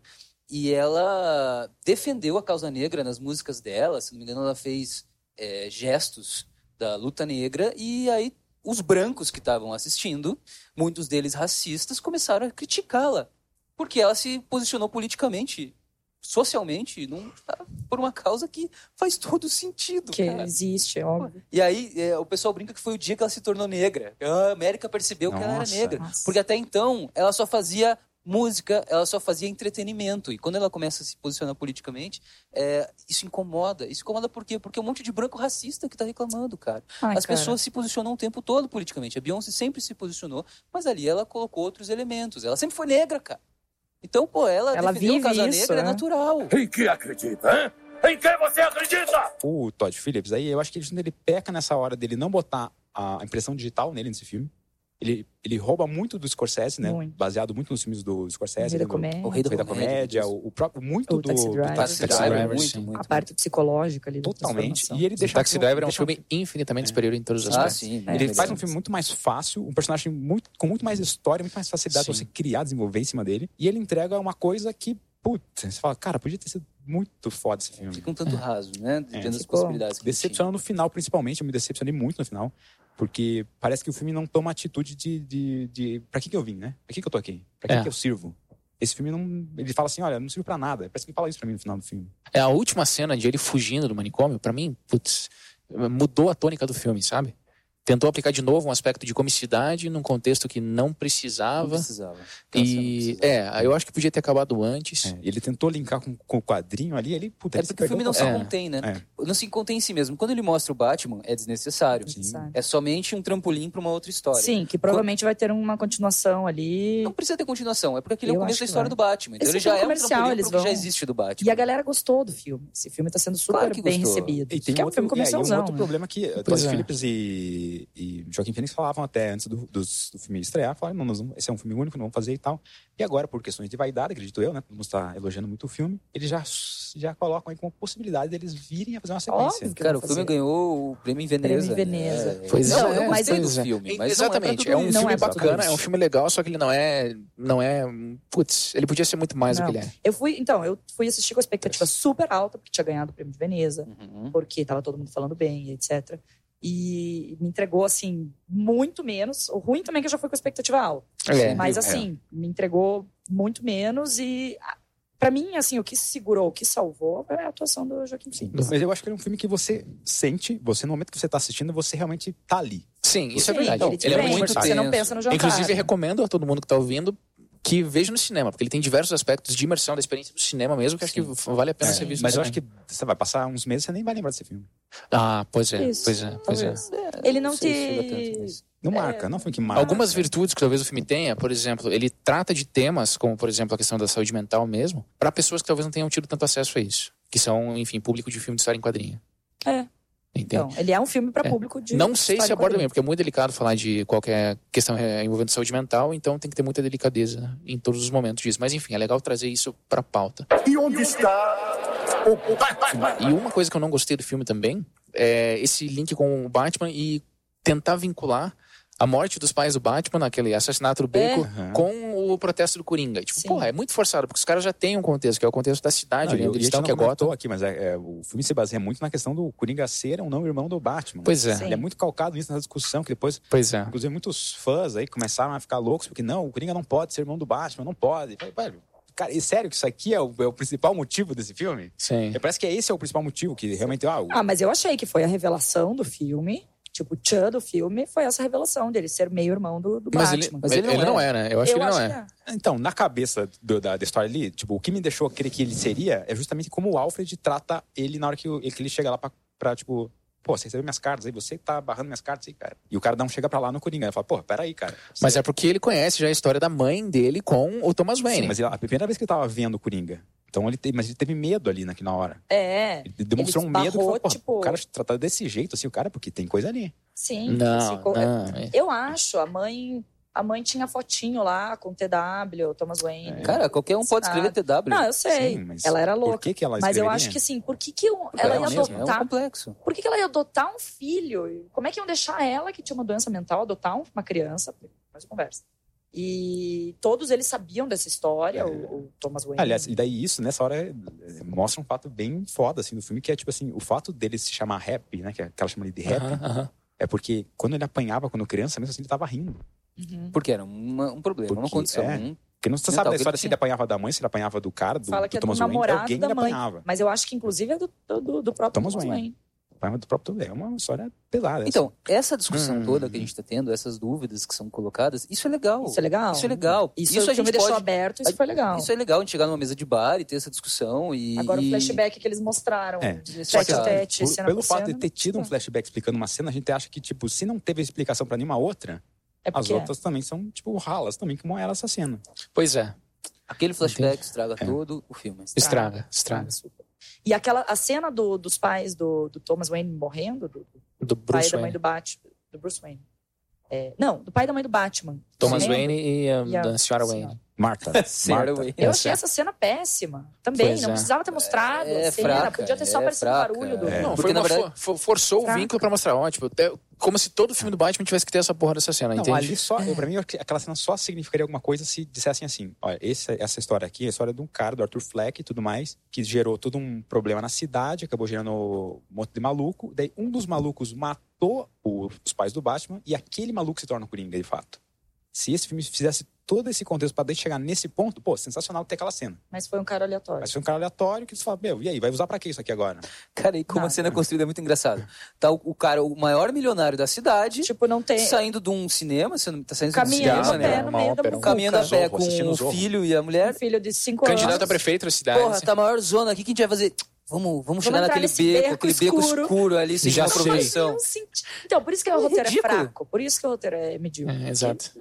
[SPEAKER 6] E ela defendeu a causa negra nas músicas dela. Se não me engano, ela fez é, gestos da luta negra. E aí os brancos que estavam assistindo, muitos deles racistas, começaram a criticá-la. Porque ela se posicionou politicamente, socialmente, num- tá, por uma causa que faz todo sentido,
[SPEAKER 5] Que
[SPEAKER 6] cara.
[SPEAKER 5] existe, óbvio.
[SPEAKER 6] E aí é, o pessoal brinca que foi o dia que ela se tornou negra. A América percebeu que ela era
[SPEAKER 3] Nossa.
[SPEAKER 6] negra.
[SPEAKER 5] Nossa.
[SPEAKER 6] Porque até então ela só fazia música, ela só fazia entretenimento. E quando ela começa a se posicionar politicamente, é, isso incomoda. Isso incomoda por quê? Porque é um monte de branco racista que tá reclamando, cara.
[SPEAKER 5] Ai,
[SPEAKER 6] As
[SPEAKER 5] cara.
[SPEAKER 6] pessoas se posicionam o tempo todo politicamente. A Beyoncé sempre se posicionou, mas ali ela colocou outros elementos. Ela sempre foi negra, cara. Então, pô, ela,
[SPEAKER 5] Ela
[SPEAKER 6] defendeu
[SPEAKER 5] vive
[SPEAKER 6] a casa
[SPEAKER 5] isso,
[SPEAKER 6] negra, é
[SPEAKER 5] né?
[SPEAKER 6] natural.
[SPEAKER 7] Em que acredita, hein? Em quem você acredita?
[SPEAKER 3] O Todd Phillips, aí eu acho que ele, ele peca nessa hora dele não botar a impressão digital nele nesse filme. Ele, ele rouba muito do Scorsese, né?
[SPEAKER 5] Muito.
[SPEAKER 3] Baseado muito nos filmes do Scorsese.
[SPEAKER 5] Vida é.
[SPEAKER 3] né, do-
[SPEAKER 5] comédia.
[SPEAKER 6] O rei
[SPEAKER 3] do Rei da Comédia,
[SPEAKER 6] o
[SPEAKER 3] o, o próprio muito
[SPEAKER 5] O
[SPEAKER 3] do,
[SPEAKER 5] Taxi
[SPEAKER 3] do
[SPEAKER 5] Driver.
[SPEAKER 3] Taxi
[SPEAKER 4] Taxi
[SPEAKER 3] Driver,
[SPEAKER 4] Driver,
[SPEAKER 3] muito,
[SPEAKER 4] sim.
[SPEAKER 3] muito.
[SPEAKER 5] A parte psicológica ali. da
[SPEAKER 3] Totalmente.
[SPEAKER 5] transformação.
[SPEAKER 3] E ele deixa
[SPEAKER 4] Taxi Driver é um
[SPEAKER 3] deixa-
[SPEAKER 4] filme infinitamente superior em todos os
[SPEAKER 6] Ah,
[SPEAKER 4] aspectos.
[SPEAKER 6] sim.
[SPEAKER 5] É,
[SPEAKER 3] Ele
[SPEAKER 6] melhor.
[SPEAKER 3] faz um filme muito mais fácil, um personagem muito- com muito mais história, muito mais facilidade pra
[SPEAKER 4] Sim.
[SPEAKER 3] você criar, desenvolver em cima dele. E ele entrega uma coisa que, putz, você fala, cara, podia ter sido muito foda esse filme.
[SPEAKER 6] Fica um tanto raso, né? Diante das
[SPEAKER 5] É. Ficou
[SPEAKER 6] possibilidades que ele tinha.
[SPEAKER 3] Decepcionando no final, principalmente. Eu me decepcionei muito no final. Porque parece que o filme não toma atitude de. de, de pra que, que eu vim, né? Pra que, que eu tô aqui? Pra que,
[SPEAKER 4] É.
[SPEAKER 3] que eu sirvo? Esse filme não. Ele fala assim: olha, não sirvo pra nada. Parece que ele fala isso pra mim no final do filme.
[SPEAKER 4] É a última cena de ele fugindo do manicômio, pra mim, putz, mudou a tônica do filme, sabe? Tentou aplicar de novo um aspecto de comicidade num contexto que não
[SPEAKER 6] Não
[SPEAKER 4] precisava.
[SPEAKER 6] precisava. Aquela cena tá, não
[SPEAKER 4] e
[SPEAKER 6] precisava.
[SPEAKER 4] é, aí eu acho que podia ter acabado antes.
[SPEAKER 3] É, ele tentou linkar com, com o quadrinho ali, ele, puta,
[SPEAKER 6] É
[SPEAKER 3] ele se
[SPEAKER 6] porque o filme
[SPEAKER 3] perdeu
[SPEAKER 6] não se
[SPEAKER 4] É.
[SPEAKER 6] contém, né? Não se contém em si mesmo. Quando ele mostra o Batman, é desnecessário.
[SPEAKER 3] Sim.
[SPEAKER 5] Sabe?
[SPEAKER 6] É somente um trampolim pra uma outra história.
[SPEAKER 5] Sim, que provavelmente vai ter uma continuação ali.
[SPEAKER 6] Não precisa ter continuação, é porque aquele é o
[SPEAKER 5] Eu
[SPEAKER 6] começo
[SPEAKER 5] acho
[SPEAKER 6] da
[SPEAKER 5] que
[SPEAKER 6] história
[SPEAKER 5] vai.
[SPEAKER 6] do Batman. Então
[SPEAKER 5] Esse
[SPEAKER 6] ele já
[SPEAKER 5] filme
[SPEAKER 6] é um
[SPEAKER 5] comercial,
[SPEAKER 6] trampolim
[SPEAKER 5] eles
[SPEAKER 6] pro que já
[SPEAKER 5] vão-
[SPEAKER 6] existe do Batman.
[SPEAKER 5] E a galera gostou do filme. Esse filme tá sendo super
[SPEAKER 6] Claro que
[SPEAKER 5] bem
[SPEAKER 6] gostou.
[SPEAKER 5] recebido.
[SPEAKER 3] E tem
[SPEAKER 5] que é um
[SPEAKER 3] outro,
[SPEAKER 5] filme
[SPEAKER 3] é, e um
[SPEAKER 5] comercialzão.
[SPEAKER 3] outro
[SPEAKER 5] né?
[SPEAKER 3] problema que eh,
[SPEAKER 4] Pois
[SPEAKER 3] Todd
[SPEAKER 4] é.
[SPEAKER 3] Phillips e, e Joaquim Phoenix falavam até antes do, dos- do filme estrear, falaram, não, nós vamos- esse é um filme único, não vamos fazer e tal. E agora, por questões de vaidade, acredito eu, né? Todo mundo está elogiando muito o filme, eles já, já colocam aí como possibilidade deles virem a fazer uma sequência.
[SPEAKER 5] Óbvio que
[SPEAKER 6] Cara,
[SPEAKER 5] vão
[SPEAKER 6] o filme
[SPEAKER 5] fazer.
[SPEAKER 6] ganhou o prêmio em Veneza.
[SPEAKER 5] Prêmio em Veneza.
[SPEAKER 6] né?
[SPEAKER 4] Pois
[SPEAKER 6] não,
[SPEAKER 4] é,
[SPEAKER 6] eu
[SPEAKER 4] mas
[SPEAKER 6] gostei
[SPEAKER 4] pois
[SPEAKER 6] do
[SPEAKER 4] é.
[SPEAKER 6] filme, mas não
[SPEAKER 4] Exatamente,
[SPEAKER 6] é,
[SPEAKER 4] é
[SPEAKER 6] pra
[SPEAKER 4] um
[SPEAKER 6] todo
[SPEAKER 5] Não
[SPEAKER 4] filme
[SPEAKER 5] é pra todo
[SPEAKER 4] bacana,
[SPEAKER 5] mundo.
[SPEAKER 4] é um filme legal, só que ele não é, não é, putz, ele podia ser muito mais do
[SPEAKER 5] Não.
[SPEAKER 4] que ele é.
[SPEAKER 5] Eu fui, então, eu fui assistir com a expectativa super alta, porque tinha ganhado o prêmio de Veneza,
[SPEAKER 6] Uhum.
[SPEAKER 5] porque tava todo mundo falando bem, etc. E me entregou, assim, muito menos. O ruim também é que eu já fui com a expectativa alta.
[SPEAKER 4] É.
[SPEAKER 5] Mas, assim, me entregou muito menos e... ah, Pra mim, assim, o que segurou, o que salvou é a atuação do Joaquim
[SPEAKER 3] Sim.
[SPEAKER 5] Phoenix.
[SPEAKER 3] Mas eu acho que ele é um filme que você sente, você no momento que você está assistindo, você realmente tá ali.
[SPEAKER 4] Sim, isso é
[SPEAKER 5] Sim,
[SPEAKER 4] verdade.
[SPEAKER 5] Ele, te
[SPEAKER 4] Ele é
[SPEAKER 5] prende,
[SPEAKER 4] muito
[SPEAKER 5] você
[SPEAKER 6] tenso.
[SPEAKER 5] não pensa
[SPEAKER 3] Então,
[SPEAKER 5] no jantar.
[SPEAKER 4] Inclusive, eu recomendo a todo mundo que está ouvindo que veja no cinema, porque ele tem diversos aspectos de imersão da experiência do cinema mesmo, que acho que vale a pena
[SPEAKER 3] É,
[SPEAKER 4] ser visto.
[SPEAKER 3] Mas eu
[SPEAKER 4] Tá também.
[SPEAKER 3] acho que você vai passar uns meses, você nem vai lembrar desse filme.
[SPEAKER 4] Ah, pois é,
[SPEAKER 5] Isso,
[SPEAKER 4] pois é, pois é.
[SPEAKER 5] Ele não
[SPEAKER 6] sei se chega
[SPEAKER 5] te-
[SPEAKER 6] tanto, mas-
[SPEAKER 3] Não marca, não foi um que marca.
[SPEAKER 4] Algumas virtudes que talvez o filme tenha, por exemplo, ele trata de temas como, por exemplo, a questão da saúde mental mesmo, para pessoas que talvez não tenham tido tanto acesso a isso, que são, enfim, público de filme de história em quadrinha.
[SPEAKER 5] É.
[SPEAKER 4] Entende?
[SPEAKER 5] Então, ele é um filme pra
[SPEAKER 4] É.
[SPEAKER 5] público de
[SPEAKER 4] não sei se
[SPEAKER 5] história em
[SPEAKER 4] aborda
[SPEAKER 5] quadrinhos.
[SPEAKER 4] bem, porque é muito delicado falar de qualquer questão eh, envolvendo saúde mental, então tem que ter muita delicadeza em todos os momentos disso. Mas enfim, é legal trazer isso para pauta.
[SPEAKER 7] E onde está o Batman?
[SPEAKER 4] E uma coisa que eu não gostei do filme também é esse link com o Batman e tentar vincular a morte dos pais do Batman, aquele assassinato do Bacon,
[SPEAKER 3] Aham.
[SPEAKER 4] com o protesto do Coringa. E, Tipo,
[SPEAKER 5] Sim.
[SPEAKER 4] porra, é muito forçado, porque os caras já têm um contexto, que é o contexto da cidade, ali,
[SPEAKER 3] Não,
[SPEAKER 4] onde eles
[SPEAKER 3] e Ah,
[SPEAKER 4] estão,
[SPEAKER 3] a gente
[SPEAKER 4] que é
[SPEAKER 3] não
[SPEAKER 4] Gotham.
[SPEAKER 3] comentou aqui, mas é, é, o filme se baseia muito na questão do Coringa ser ou não irmão do Batman.
[SPEAKER 4] Pois é,
[SPEAKER 5] Sim.
[SPEAKER 3] Ele é muito calcado nisso, nessa discussão, que depois,
[SPEAKER 4] pois é.
[SPEAKER 3] inclusive, muitos fãs aí começaram a ficar loucos, porque não, o Coringa não pode ser irmão do Batman, não pode. Eu falei, Velho, cara, é sério que isso aqui é o, é o principal motivo desse filme?
[SPEAKER 4] Sim.
[SPEAKER 3] É, Parece que esse é o principal motivo, que realmente, ah, o-
[SPEAKER 5] Ah, mas eu achei que foi a revelação do filme. Tipo, o Chan do filme foi essa revelação dele ser meio-irmão do, do
[SPEAKER 4] Mas ele,
[SPEAKER 5] Batman.
[SPEAKER 4] mas ele, não, é. né? Eu acho
[SPEAKER 5] Eu
[SPEAKER 4] que ele não
[SPEAKER 5] acho
[SPEAKER 4] é.
[SPEAKER 5] que
[SPEAKER 3] Então, na cabeça do- da, da história ali, tipo, o que me deixou crer que ele seria é justamente como o Alfred trata ele na hora que, o- que ele chega lá pra, pra, tipo, pô, você recebeu minhas cartas aí, você tá barrando minhas cartas aí, cara. E o cara não chega pra lá no Coringa. Ele fala, pô, peraí, cara.
[SPEAKER 4] Mas é porque ele conhece já a história da mãe dele com o Thomas Wayne.
[SPEAKER 3] Sim, mas ele- a primeira vez que ele tava vendo o Coringa. Então ele te- mas ele teve medo ali na, na hora.
[SPEAKER 5] É,
[SPEAKER 3] Ele demonstrou um medo que
[SPEAKER 5] esbarrou,
[SPEAKER 3] falou, pô,
[SPEAKER 5] tipo-
[SPEAKER 3] o cara tratado desse jeito, assim, o cara, porque tem coisa ali.
[SPEAKER 5] sim. é
[SPEAKER 4] Não,
[SPEAKER 5] ficou-
[SPEAKER 4] não.
[SPEAKER 5] Eu acho, a mãe, a mãe tinha fotinho lá com TW, Thomas Wayne.
[SPEAKER 4] É.
[SPEAKER 6] Cara, qualquer um pode escrever TW.
[SPEAKER 5] Não, eu sei.
[SPEAKER 3] Sim, mas
[SPEAKER 5] ela era
[SPEAKER 3] Por
[SPEAKER 5] louca.
[SPEAKER 3] que, que ela
[SPEAKER 5] Mas eu
[SPEAKER 3] escreveria?
[SPEAKER 5] acho que assim, por que, que eu-
[SPEAKER 6] É
[SPEAKER 5] ela ia
[SPEAKER 6] o mesmo, É um
[SPEAKER 5] adotar?
[SPEAKER 6] complexo.
[SPEAKER 5] Por que, que ela ia adotar um filho? Como é que iam deixar ela, que tinha uma doença mental, adotar um- uma criança? Mas conversa. E todos eles sabiam dessa história, o, o Thomas Wayne.
[SPEAKER 3] Aliás, e daí isso, nessa hora, é, mostra um fato bem foda, assim, do filme, que é, tipo assim, o fato dele se chamar rap, né, que é- que ela chama ele de rap,
[SPEAKER 4] Aham, aham.
[SPEAKER 3] é porque quando ele apanhava quando criança, mesmo assim, ele tava rindo.
[SPEAKER 5] Uhum.
[SPEAKER 6] Porque era uma- um problema, uma
[SPEAKER 3] Porque,
[SPEAKER 6] condição.
[SPEAKER 3] é.
[SPEAKER 6] um-
[SPEAKER 3] Porque não você
[SPEAKER 6] Mental,
[SPEAKER 3] sabe da
[SPEAKER 6] que ele
[SPEAKER 3] história se
[SPEAKER 6] tinha.
[SPEAKER 3] ele apanhava da mãe, se ele apanhava do cara, do,
[SPEAKER 5] Fala
[SPEAKER 3] do
[SPEAKER 5] que é do
[SPEAKER 3] Thomas Wayne,
[SPEAKER 5] namorado
[SPEAKER 3] alguém
[SPEAKER 5] da
[SPEAKER 3] ele
[SPEAKER 5] mãe.
[SPEAKER 3] apanhava.
[SPEAKER 5] Mas eu acho que, inclusive, é do, do, do próprio Thomas,
[SPEAKER 3] Thomas
[SPEAKER 5] Wayne.
[SPEAKER 3] Wayne. Apanhava do próprio Thomas. É uma história pesada. assim.
[SPEAKER 6] Então, essa discussão
[SPEAKER 3] Hum.
[SPEAKER 6] toda que a gente está tendo, essas dúvidas que são colocadas, isso é legal.
[SPEAKER 5] Isso é legal.
[SPEAKER 6] Isso é legal.
[SPEAKER 5] Isso,
[SPEAKER 6] Isso
[SPEAKER 5] a gente
[SPEAKER 6] pode-
[SPEAKER 5] deixou aberto, isso foi legal.
[SPEAKER 6] Isso é legal, a gente chegar numa mesa de bar e ter essa discussão e...
[SPEAKER 5] Agora o
[SPEAKER 6] e-
[SPEAKER 5] flashback que eles mostraram.
[SPEAKER 3] É.
[SPEAKER 5] de
[SPEAKER 6] Só que
[SPEAKER 5] Tete a tete,
[SPEAKER 3] Por-
[SPEAKER 5] cena
[SPEAKER 3] pelo
[SPEAKER 5] por
[SPEAKER 3] fato
[SPEAKER 5] cena,
[SPEAKER 3] de ter tido um
[SPEAKER 5] tá.
[SPEAKER 3] flashback explicando uma cena, a gente acha que, tipo, se não teve explicação pra nenhuma outra,
[SPEAKER 5] É
[SPEAKER 3] as
[SPEAKER 5] porque
[SPEAKER 3] outras também são, tipo, ralas também, como era essa cena.
[SPEAKER 4] Pois
[SPEAKER 5] Tá.
[SPEAKER 4] é,
[SPEAKER 6] Aquele flashback estraga todo o filme.
[SPEAKER 4] estraga,
[SPEAKER 5] Estraga
[SPEAKER 4] estraga.
[SPEAKER 5] super. E aquela a cena do- dos pais do, do Thomas Wayne morrendo, do, do
[SPEAKER 4] Do
[SPEAKER 5] pai e
[SPEAKER 4] Bruce
[SPEAKER 5] da mãe
[SPEAKER 4] Wayne.
[SPEAKER 5] do Batman. Do Bruce Wayne. É, não, do pai e da mãe do Batman.
[SPEAKER 4] Thomas
[SPEAKER 5] Sim.
[SPEAKER 4] Wayne e, um,
[SPEAKER 5] E a
[SPEAKER 4] da senhora
[SPEAKER 5] senhora.
[SPEAKER 4] Wayne.
[SPEAKER 5] <laughs>
[SPEAKER 3] Marta.
[SPEAKER 6] Sarah
[SPEAKER 3] Marta.
[SPEAKER 6] Wayne.
[SPEAKER 5] Eu
[SPEAKER 4] Tá
[SPEAKER 5] achei
[SPEAKER 4] certo.
[SPEAKER 5] essa cena péssima também.
[SPEAKER 4] Pois
[SPEAKER 5] não
[SPEAKER 4] é.
[SPEAKER 5] precisado ter mostrado
[SPEAKER 6] É
[SPEAKER 5] a cena.
[SPEAKER 6] fraca,
[SPEAKER 5] Podia ter só
[SPEAKER 6] é
[SPEAKER 5] aparecido o
[SPEAKER 6] fraca,
[SPEAKER 5] barulho do.
[SPEAKER 6] é.
[SPEAKER 4] Não, foi
[SPEAKER 5] Não,
[SPEAKER 6] Porque, na
[SPEAKER 4] uma,
[SPEAKER 6] verdade-
[SPEAKER 4] for- for- forçou
[SPEAKER 5] Fraca.
[SPEAKER 4] o vínculo pra mostrar. Ó, tipo, até como se todo filme do Batman tivesse que ter essa porra dessa cena,
[SPEAKER 3] Não,
[SPEAKER 4] entende?
[SPEAKER 3] ali só,
[SPEAKER 6] É.
[SPEAKER 3] eu, pra mim, aquela cena só significaria alguma coisa se dissessem assim: olha, esse- essa história aqui é a história de um cara, do Arthur Fleck e tudo mais, que gerou todo um problema na cidade, acabou gerando um monte de maluco. Daí, um dos malucos matou o- os pais do Batman e aquele maluco se torna o Coringa, de fato. Se esse filme fizesse todo esse contexto pra daí chegar nesse ponto, pô, sensacional ter aquela cena.
[SPEAKER 5] Mas foi um cara aleatório.
[SPEAKER 3] Mas foi um cara aleatório que eles falam: meu, e aí, vai usar pra que isso aqui agora?
[SPEAKER 6] Cara, e como a
[SPEAKER 5] Nada.
[SPEAKER 6] cena é construída é muito engraçado. Tá o, o cara, o maior milionário da cidade,
[SPEAKER 5] Tipo, não tem.
[SPEAKER 6] saindo de um cinema, você não tá saindo
[SPEAKER 5] Caminhando
[SPEAKER 6] de
[SPEAKER 5] a
[SPEAKER 6] um
[SPEAKER 5] pé no
[SPEAKER 6] cinema, né?
[SPEAKER 4] Uma
[SPEAKER 5] meio da
[SPEAKER 4] ópera, um
[SPEAKER 5] muvuca.
[SPEAKER 6] Caminhando a pé
[SPEAKER 3] Zorro, assistindo
[SPEAKER 6] com o
[SPEAKER 3] Zorro.
[SPEAKER 6] filho e a
[SPEAKER 5] Um
[SPEAKER 6] mulher.
[SPEAKER 5] filho de cinco
[SPEAKER 4] Candidato a
[SPEAKER 5] anos.
[SPEAKER 4] prefeito da cidade.
[SPEAKER 6] Porra, tá a maior zona aqui, o que a gente vai fazer? Vamos, vamos chegar
[SPEAKER 5] entrar
[SPEAKER 6] naquele
[SPEAKER 5] nesse
[SPEAKER 6] beco,
[SPEAKER 5] beco
[SPEAKER 6] aquele beco
[SPEAKER 5] escuro.
[SPEAKER 6] escuro ali, sem
[SPEAKER 4] Já
[SPEAKER 6] uma
[SPEAKER 4] sei.
[SPEAKER 6] proteção.
[SPEAKER 5] Não senti- Então, por isso que o roteiro é
[SPEAKER 6] ridículo.
[SPEAKER 5] fraco. Por isso que o roteiro é medíocre.
[SPEAKER 4] É, exato.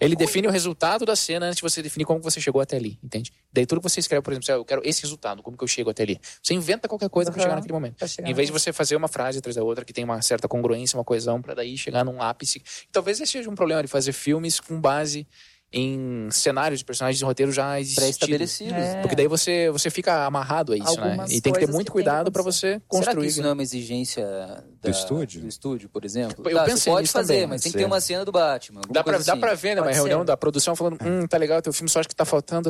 [SPEAKER 4] Ele define o resultado da cena antes de você definir como você chegou até ali, entende? Daí tudo que você escreve, por exemplo, assim, ah, eu quero esse resultado, como que eu chego até ali? Você inventa qualquer coisa pra
[SPEAKER 5] Aham.
[SPEAKER 4] chegar naquele momento.
[SPEAKER 5] Pra chegar
[SPEAKER 4] Em vez de
[SPEAKER 5] lá.
[SPEAKER 4] você fazer uma frase atrás da outra que tem uma certa congruência, uma coesão, pra daí chegar num ápice. Talvez esse seja um problema de fazer filmes com base em cenários de personagens de roteiro já existidos.
[SPEAKER 6] Pré-estabelecidos.
[SPEAKER 5] É.
[SPEAKER 4] Porque daí você, você fica amarrado a isso,
[SPEAKER 5] Algumas
[SPEAKER 4] né? E tem que ter
[SPEAKER 5] coisas
[SPEAKER 4] muito
[SPEAKER 5] que tem que
[SPEAKER 4] cuidado pra
[SPEAKER 5] acontecer.
[SPEAKER 4] você
[SPEAKER 6] Será que
[SPEAKER 4] construir. né?
[SPEAKER 6] isso
[SPEAKER 5] né?
[SPEAKER 6] não é uma exigência da-
[SPEAKER 3] estúdio?
[SPEAKER 6] do estúdio, por exemplo?
[SPEAKER 4] Eu
[SPEAKER 6] Tá,
[SPEAKER 4] pensei
[SPEAKER 6] você pode
[SPEAKER 4] nisso
[SPEAKER 6] fazer,
[SPEAKER 4] também, é.
[SPEAKER 6] mas tem que
[SPEAKER 3] pode
[SPEAKER 6] ter
[SPEAKER 3] ser.
[SPEAKER 6] uma cena do Batman. alguma
[SPEAKER 4] Dá pra,
[SPEAKER 6] coisa
[SPEAKER 4] dá
[SPEAKER 6] assim.
[SPEAKER 4] pra ver, né? Uma
[SPEAKER 5] Pode
[SPEAKER 4] reunião
[SPEAKER 5] ser.
[SPEAKER 4] da produção falando, hum, tá legal teu filme, só acho que tá faltando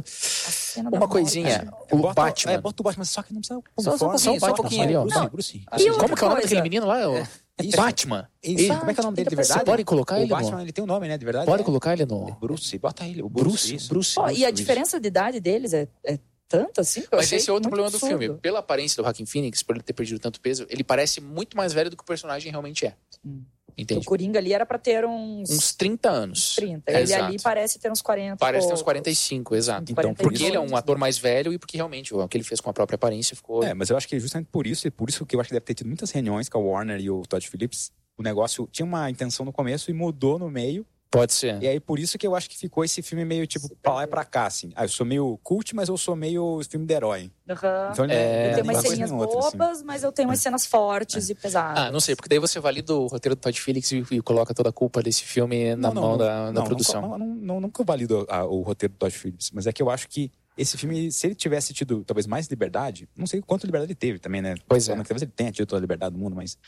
[SPEAKER 5] é
[SPEAKER 4] uma coisinha. O
[SPEAKER 3] Bota-
[SPEAKER 4] Batman.
[SPEAKER 3] É, bota o Batman, só que não precisa.
[SPEAKER 6] Só- só um
[SPEAKER 3] uniforme,
[SPEAKER 6] pouquinho, só um
[SPEAKER 3] Batman,
[SPEAKER 6] pouquinho.
[SPEAKER 4] Ali, ó.
[SPEAKER 3] Bruce,
[SPEAKER 5] Não.
[SPEAKER 3] Bruce.
[SPEAKER 5] E outra
[SPEAKER 4] Como que é o nome
[SPEAKER 5] coisa?
[SPEAKER 4] daquele menino lá? o- Batman.
[SPEAKER 3] Isso, como é que é o nome dele
[SPEAKER 6] tá
[SPEAKER 3] de verdade?
[SPEAKER 4] Você pode colocar
[SPEAKER 3] o
[SPEAKER 4] ele,
[SPEAKER 3] Batman,
[SPEAKER 4] no...
[SPEAKER 3] ele tem um nome, né? De verdade?
[SPEAKER 4] Pode
[SPEAKER 3] É.
[SPEAKER 4] colocar ele no...
[SPEAKER 3] Bruce, bota ele. O
[SPEAKER 4] Bruce,
[SPEAKER 3] Bruce, isso.
[SPEAKER 4] Bruce.
[SPEAKER 5] Pô, e a
[SPEAKER 3] Isso.
[SPEAKER 5] diferença de idade deles é, é tanta assim? que eu
[SPEAKER 4] Mas
[SPEAKER 5] achei
[SPEAKER 4] esse é outro
[SPEAKER 5] muito
[SPEAKER 4] problema do
[SPEAKER 5] absurdo.
[SPEAKER 4] filme. Pela aparência do Hacking Phoenix, por ele ter perdido tanto peso, ele parece muito mais velho do que o personagem realmente é.
[SPEAKER 5] Hum. O
[SPEAKER 4] Entende?
[SPEAKER 5] Coringa ali era pra ter uns,
[SPEAKER 4] Uns 30 anos.
[SPEAKER 5] 30.
[SPEAKER 4] É,
[SPEAKER 5] Ele
[SPEAKER 4] exato.
[SPEAKER 5] ali parece um ter uns 40.
[SPEAKER 4] Parece ter
[SPEAKER 5] ou-
[SPEAKER 4] uns 45, exato.
[SPEAKER 5] uns
[SPEAKER 3] Então,
[SPEAKER 5] 40 e
[SPEAKER 4] Porque ele é um
[SPEAKER 5] poucos.
[SPEAKER 4] ator mais velho e porque realmente o que ele fez com a própria aparência ficou.
[SPEAKER 3] É, mas eu acho que justamente por isso, e por isso que eu acho que deve ter tido muitas reuniões com a Warner e o Todd Phillips. O negócio tinha uma intenção no começo e mudou no meio.
[SPEAKER 4] Pode ser.
[SPEAKER 5] é
[SPEAKER 3] E aí, por isso que eu acho que ficou esse filme meio tipo pra lá e pra cá, assim. Ah, eu sou meio cult, mas eu sou meio filme de herói.
[SPEAKER 5] Aham.
[SPEAKER 3] Então ele
[SPEAKER 4] É,
[SPEAKER 5] Eu
[SPEAKER 3] não
[SPEAKER 5] tenho
[SPEAKER 3] tem
[SPEAKER 5] umas
[SPEAKER 3] uma coisa
[SPEAKER 5] ceninhas
[SPEAKER 3] nem outra, assim.
[SPEAKER 5] bobas, mas eu tenho umas cenas fortes e pesadas.
[SPEAKER 4] Ah, não sei, porque daí você valida o roteiro do Todd Phillips e, e coloca toda a culpa desse filme na
[SPEAKER 3] Não, não,
[SPEAKER 4] mão
[SPEAKER 3] não.
[SPEAKER 4] da, da
[SPEAKER 3] Não,
[SPEAKER 4] produção.
[SPEAKER 3] Não, não, não, não que eu valido a- o roteiro do Todd Phillips, mas é que eu acho que esse filme, se ele tivesse tido talvez mais liberdade, não sei quanto liberdade ele teve também, né?
[SPEAKER 4] Pois é.
[SPEAKER 3] Talvez ele tenha tido toda a liberdade do mundo, mas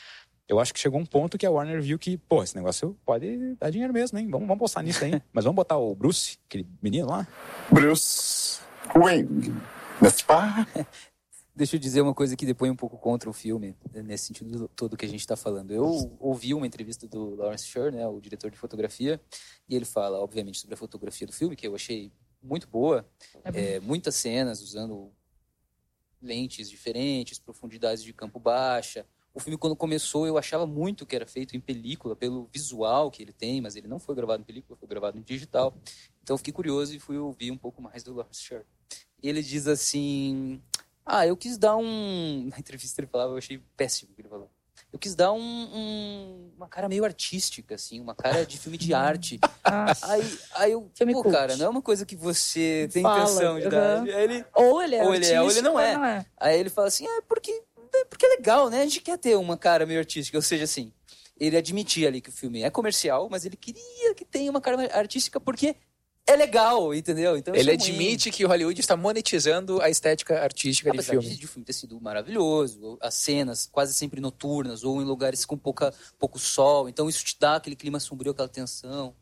[SPEAKER 3] eu acho que chegou um ponto que a Warner viu que, pô, esse negócio pode dar dinheiro mesmo, hein? Vamos, vamos postar nisso
[SPEAKER 6] <laughs>
[SPEAKER 3] aí. mas vamos botar o Bruce, aquele menino lá.
[SPEAKER 7] Bruce Wayne, n'est-ce pas?
[SPEAKER 6] Deixa eu dizer uma coisa que depois um pouco contra o filme, né, nesse sentido todo que a gente está falando. Eu ouvi uma entrevista do Lawrence Sher, né, o diretor de fotografia, e ele fala, obviamente, sobre a fotografia do filme, que eu achei muito boa. É, muitas cenas usando lentes diferentes, profundidades de campo baixa, O filme, quando começou, eu achava muito que era feito em película, pelo visual que ele tem, mas ele não foi gravado em película, foi gravado em digital. Então eu fiquei curioso e fui ouvir um pouco mais do Lawrence Sher. Ele diz assim: Ah, eu quis dar um. <laughs> Na entrevista ele falava, eu achei péssimo o que ele falou. Eu quis dar um, um- uma cara meio artística, assim, uma cara de filme de
[SPEAKER 5] <laughs>
[SPEAKER 6] arte.
[SPEAKER 5] Ah,
[SPEAKER 6] Aí, aí eu,
[SPEAKER 5] Filme
[SPEAKER 6] pô,
[SPEAKER 5] cult.
[SPEAKER 6] cara, não é uma coisa que você tem
[SPEAKER 5] Fala,
[SPEAKER 6] intenção de dar.
[SPEAKER 5] aham.
[SPEAKER 6] Aí ele,
[SPEAKER 5] ou ele é
[SPEAKER 6] Ou ele é, ou ele
[SPEAKER 5] artístico,
[SPEAKER 6] não é. aí ele fala assim, é porque, é porque é legal, né? A gente quer ter uma cara meio artística. Ou seja, assim, ele admitia ali que o filme é comercial, mas ele queria que tenha uma cara artística porque é legal, entendeu? Então, isso
[SPEAKER 5] um
[SPEAKER 4] Ele
[SPEAKER 6] é ruim.
[SPEAKER 4] admite que Hollywood está monetizando a estética
[SPEAKER 5] Ah,
[SPEAKER 4] artística de
[SPEAKER 5] é
[SPEAKER 6] Apesar de-
[SPEAKER 4] filme.
[SPEAKER 6] de o filme ter sido maravilhoso, as cenas quase sempre noturnas ou em lugares com pouca, pouco sol, então isso te dá aquele clima sombrio, aquela tensão.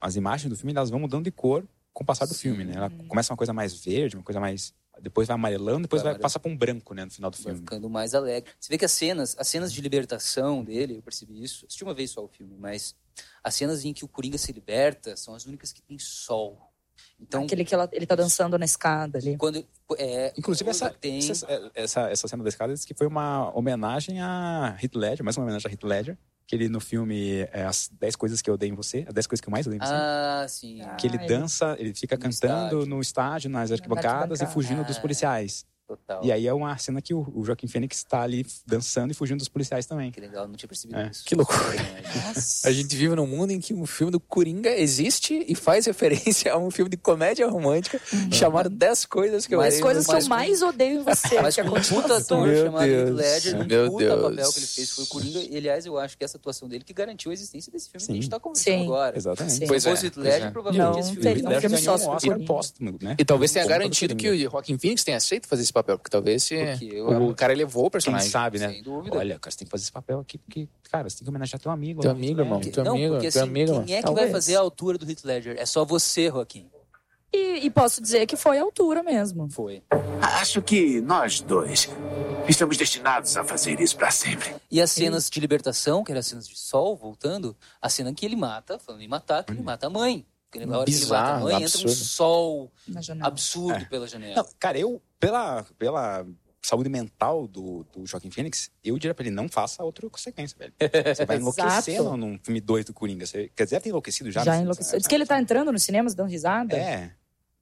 [SPEAKER 3] As imagens do filme elas vão mudando de cor com o passar do
[SPEAKER 6] Sim.
[SPEAKER 3] filme, né? Ela começa uma coisa mais verde, uma coisa mais. Depois vai amarelando, depois
[SPEAKER 6] Vai
[SPEAKER 3] vai, passar pra um branco, né? No final do
[SPEAKER 6] Vai
[SPEAKER 3] filme.
[SPEAKER 6] ficando mais alegre. Você vê que as cenas, as cenas de libertação dele, eu percebi isso. Assisti uma vez só o filme, mas as cenas em que o Coringa se liberta são as únicas que tem sol. Então,
[SPEAKER 5] Aquele que ela- ele tá dançando na escada ali.
[SPEAKER 6] quando é,
[SPEAKER 3] Inclusive,
[SPEAKER 6] quando
[SPEAKER 3] essa,
[SPEAKER 6] tem
[SPEAKER 3] essa, é, essa, essa cena da escada diz que foi uma homenagem a Heath Ledger, mais uma homenagem a Heath Ledger, que ele no filme é, As 10 Coisas Que Eu Odeio em Você, As 10 Coisas Que Eu Mais Odeio em Você,
[SPEAKER 6] Ah, sim.
[SPEAKER 5] Ah,
[SPEAKER 3] que ele
[SPEAKER 5] ele-
[SPEAKER 3] dança, ele fica
[SPEAKER 6] No
[SPEAKER 3] cantando
[SPEAKER 6] estádio.
[SPEAKER 3] no estádio, nas arquibancadas
[SPEAKER 5] arquibancada.
[SPEAKER 3] e fugindo dos
[SPEAKER 5] É.
[SPEAKER 6] Ah,
[SPEAKER 3] policiais.
[SPEAKER 6] total.
[SPEAKER 3] E aí é uma cena que o, o Joaquim Fênix tá ali dançando e fugindo dos policiais também.
[SPEAKER 6] Que legal, não tinha percebido
[SPEAKER 3] É.
[SPEAKER 6] isso.
[SPEAKER 4] Que loucura.
[SPEAKER 6] Nossa.
[SPEAKER 4] A gente vive num mundo em que um filme do Coringa existe e faz <laughs> referência a um filme de comédia romântica chamado 10 Coisas que eu
[SPEAKER 6] Mas
[SPEAKER 5] As
[SPEAKER 4] Odeio
[SPEAKER 5] Uhum. coisas que eu
[SPEAKER 4] Você.
[SPEAKER 5] mais odeio em você.
[SPEAKER 6] Mas
[SPEAKER 5] que
[SPEAKER 6] com
[SPEAKER 5] é
[SPEAKER 6] um
[SPEAKER 5] continuação.
[SPEAKER 6] puta ator
[SPEAKER 8] Meu
[SPEAKER 6] chamado Heath
[SPEAKER 8] Deus.
[SPEAKER 6] Ledger, um
[SPEAKER 4] Meu
[SPEAKER 6] puta
[SPEAKER 4] Deus.
[SPEAKER 6] papel que ele fez foi o Coringa. E, aliás, eu acho que essa atuação dele que garantiu a existência desse filme que a gente
[SPEAKER 3] Sim.
[SPEAKER 6] tá conversando
[SPEAKER 5] Sim.
[SPEAKER 6] agora.
[SPEAKER 3] Exatamente.
[SPEAKER 5] Sim.
[SPEAKER 4] Pois
[SPEAKER 6] Se
[SPEAKER 4] é,
[SPEAKER 6] fosse Heath
[SPEAKER 4] pois
[SPEAKER 6] Ledger,
[SPEAKER 4] é.
[SPEAKER 6] provavelmente
[SPEAKER 5] Não,
[SPEAKER 6] esse filme
[SPEAKER 5] teria-
[SPEAKER 3] Heath
[SPEAKER 5] um
[SPEAKER 6] não
[SPEAKER 3] Ledger
[SPEAKER 5] filme
[SPEAKER 3] ganhou
[SPEAKER 5] só
[SPEAKER 3] um
[SPEAKER 5] sobre
[SPEAKER 3] Oscar
[SPEAKER 5] ele.
[SPEAKER 3] póstumo, né?
[SPEAKER 4] E talvez tenha
[SPEAKER 3] Como
[SPEAKER 4] garantido
[SPEAKER 3] todo
[SPEAKER 4] que o Joaquin Phoenix tenha aceito fazer esse papel, porque talvez se-
[SPEAKER 6] Porque eu-
[SPEAKER 4] o cara elevou o personagem.
[SPEAKER 3] Quem sabe, né?
[SPEAKER 6] Sem dúvida.
[SPEAKER 3] Olha, cara, você tem que fazer esse papel aqui, porque, cara, você tem que homenagear teu amigo. né?
[SPEAKER 4] Teu
[SPEAKER 3] lá.
[SPEAKER 4] amigo, irmão.
[SPEAKER 6] Porque-
[SPEAKER 4] Teu
[SPEAKER 6] não,
[SPEAKER 4] amigo,
[SPEAKER 6] porque
[SPEAKER 4] teu
[SPEAKER 6] assim,
[SPEAKER 4] amigo.
[SPEAKER 6] quem é que vai
[SPEAKER 4] Talvez.
[SPEAKER 6] fazer a altura do Heath Ledger? É só você, Joaquim.
[SPEAKER 5] E, e posso dizer que foi a altura mesmo.
[SPEAKER 6] Foi.
[SPEAKER 8] Acho que nós dois estamos destinados a fazer isso para sempre.
[SPEAKER 6] E as cenas de libertação, que eram as cenas de sol, voltando, a cena que ele mata, falando em matar, que ele mata a mãe. Porque na hora que ele mata a
[SPEAKER 4] Bizarro,
[SPEAKER 6] mãe,
[SPEAKER 4] absurdo.
[SPEAKER 6] entra um sol
[SPEAKER 5] Na janela.
[SPEAKER 6] absurdo
[SPEAKER 3] É.
[SPEAKER 6] pela janela.
[SPEAKER 3] Não, cara, eu, pela, pela saúde mental do, do Joaquim Phoenix, eu diria pra ele, não faça outra consequência, velho. Você vai enlouquecer
[SPEAKER 5] <laughs> Exato.
[SPEAKER 3] num- num filme 2 do Coringa. Você, quer dizer, deve ter enlouquecido já. né?
[SPEAKER 5] Já, enlouqueceu. Diz que ele tá entrando nos cinemas dando risada.
[SPEAKER 3] É,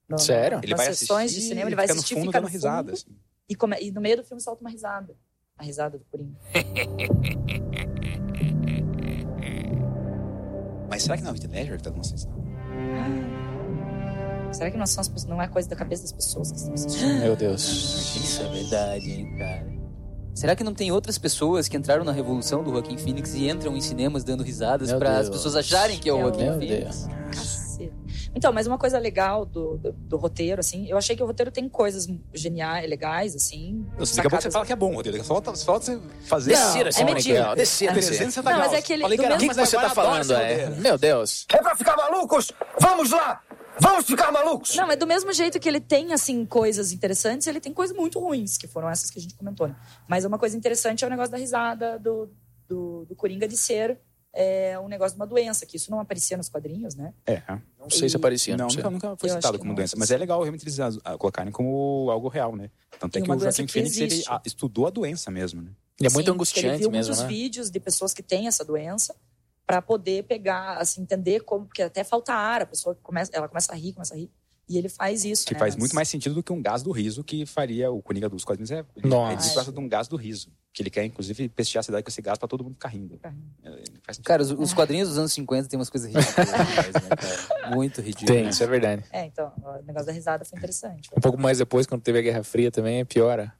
[SPEAKER 5] No-
[SPEAKER 4] Sério?
[SPEAKER 3] ele
[SPEAKER 5] Nas
[SPEAKER 3] vai
[SPEAKER 5] sessões
[SPEAKER 3] assistir,
[SPEAKER 5] de cinema, ele
[SPEAKER 3] e
[SPEAKER 5] vai
[SPEAKER 3] fica no
[SPEAKER 5] assistir,
[SPEAKER 3] fundo
[SPEAKER 5] fica
[SPEAKER 3] dando
[SPEAKER 5] no
[SPEAKER 3] risada. assim.
[SPEAKER 5] fundo. E, come- e no meio do filme solta uma risada. A risada do Coringa.
[SPEAKER 3] Mas será que não é o Heath Ledger que tá dando sensação?
[SPEAKER 5] Será que não, são as, pessoas- não é coisa da cabeça das pessoas que estão assistindo?
[SPEAKER 4] Meu Deus.
[SPEAKER 6] Isso é verdade, hein, cara. Será que não tem outras pessoas que entraram na revolução do Joaquim Phoenix e entram em cinemas dando risadas
[SPEAKER 4] Meu
[SPEAKER 6] para as
[SPEAKER 4] Deus.
[SPEAKER 6] pessoas acharem que é o
[SPEAKER 5] É o-
[SPEAKER 6] Joaquim
[SPEAKER 4] Meu
[SPEAKER 6] Phoenix?
[SPEAKER 4] Deus.
[SPEAKER 5] Caceta. Então, mas uma coisa legal do, do, do roteiro, assim, eu achei que o roteiro tem coisas geniais, legais, assim.
[SPEAKER 3] Daqui a pouco você
[SPEAKER 5] sacadas.
[SPEAKER 3] fala que é bom, Rodrigo. Só falta, só falta você fazer.
[SPEAKER 4] Descida,
[SPEAKER 5] é
[SPEAKER 4] seu
[SPEAKER 5] mentira.
[SPEAKER 4] Miguel. Descida. você.
[SPEAKER 3] 360
[SPEAKER 5] Não, mas
[SPEAKER 3] graus.
[SPEAKER 5] é que ele-
[SPEAKER 3] Falei
[SPEAKER 5] do
[SPEAKER 3] que era
[SPEAKER 4] O que,
[SPEAKER 3] ruim,
[SPEAKER 5] mesmo-
[SPEAKER 4] que
[SPEAKER 3] mas
[SPEAKER 4] você
[SPEAKER 3] agora
[SPEAKER 4] tá
[SPEAKER 3] eu adoro
[SPEAKER 4] falando?
[SPEAKER 3] esse
[SPEAKER 4] É?
[SPEAKER 3] roteiro.
[SPEAKER 4] Meu Deus.
[SPEAKER 7] É pra ficar malucos? Vamos lá! Vamos ficar malucos!
[SPEAKER 5] Não, é do mesmo jeito que ele tem, assim, coisas interessantes, ele tem coisas muito ruins, que foram essas que a gente comentou, né? Mas uma coisa interessante é o negócio da risada do, do, do Coringa de ser é, um negócio de uma doença, que isso não aparecia nos quadrinhos, né?
[SPEAKER 3] É.
[SPEAKER 4] Não sei se aparecia.
[SPEAKER 3] Não,
[SPEAKER 4] Não, sei.
[SPEAKER 3] nunca, nunca foi
[SPEAKER 5] Eu acho
[SPEAKER 3] citado
[SPEAKER 5] que
[SPEAKER 3] como
[SPEAKER 5] não.
[SPEAKER 3] doença. Mas é legal realmente eles as- a- colocarem como algo real, né? Tanto é
[SPEAKER 5] E
[SPEAKER 3] que
[SPEAKER 5] uma
[SPEAKER 3] o
[SPEAKER 5] doença
[SPEAKER 3] Joaquim
[SPEAKER 5] que
[SPEAKER 3] Phoenix ele,
[SPEAKER 5] existe.
[SPEAKER 3] ah, estudou a doença mesmo, né?
[SPEAKER 4] Ele é muito
[SPEAKER 5] Assim, porque
[SPEAKER 4] angustiante
[SPEAKER 5] ele viu
[SPEAKER 4] mesmo,
[SPEAKER 5] muitos
[SPEAKER 4] né?
[SPEAKER 5] vídeos de pessoas que têm essa doença para poder pegar, assim, entender como, porque até falta ar, a pessoa começa, ela começa a rir, começa a rir, e ele faz isso,
[SPEAKER 3] Que
[SPEAKER 5] né?
[SPEAKER 3] faz
[SPEAKER 5] Mas-
[SPEAKER 3] muito mais sentido do que um gás do riso que faria o Coringa dos Quadrinhos. É, ele,
[SPEAKER 4] Nossa.
[SPEAKER 3] ele se trata de um gás do riso. Que ele quer, inclusive, pestear a cidade com esse gás pra todo mundo ficar rindo.
[SPEAKER 5] Ficar rindo.
[SPEAKER 3] É, faz sentido.
[SPEAKER 6] Cara, os, os quadrinhos dos anos 50 tem umas coisas ridículas. demais, né,
[SPEAKER 4] <laughs>
[SPEAKER 6] cara? Muito ridículas.
[SPEAKER 4] Tem, isso é verdade.
[SPEAKER 5] É, então, o negócio da risada foi interessante.
[SPEAKER 4] Um pouco mais depois, quando teve a Guerra Fria também, é piora.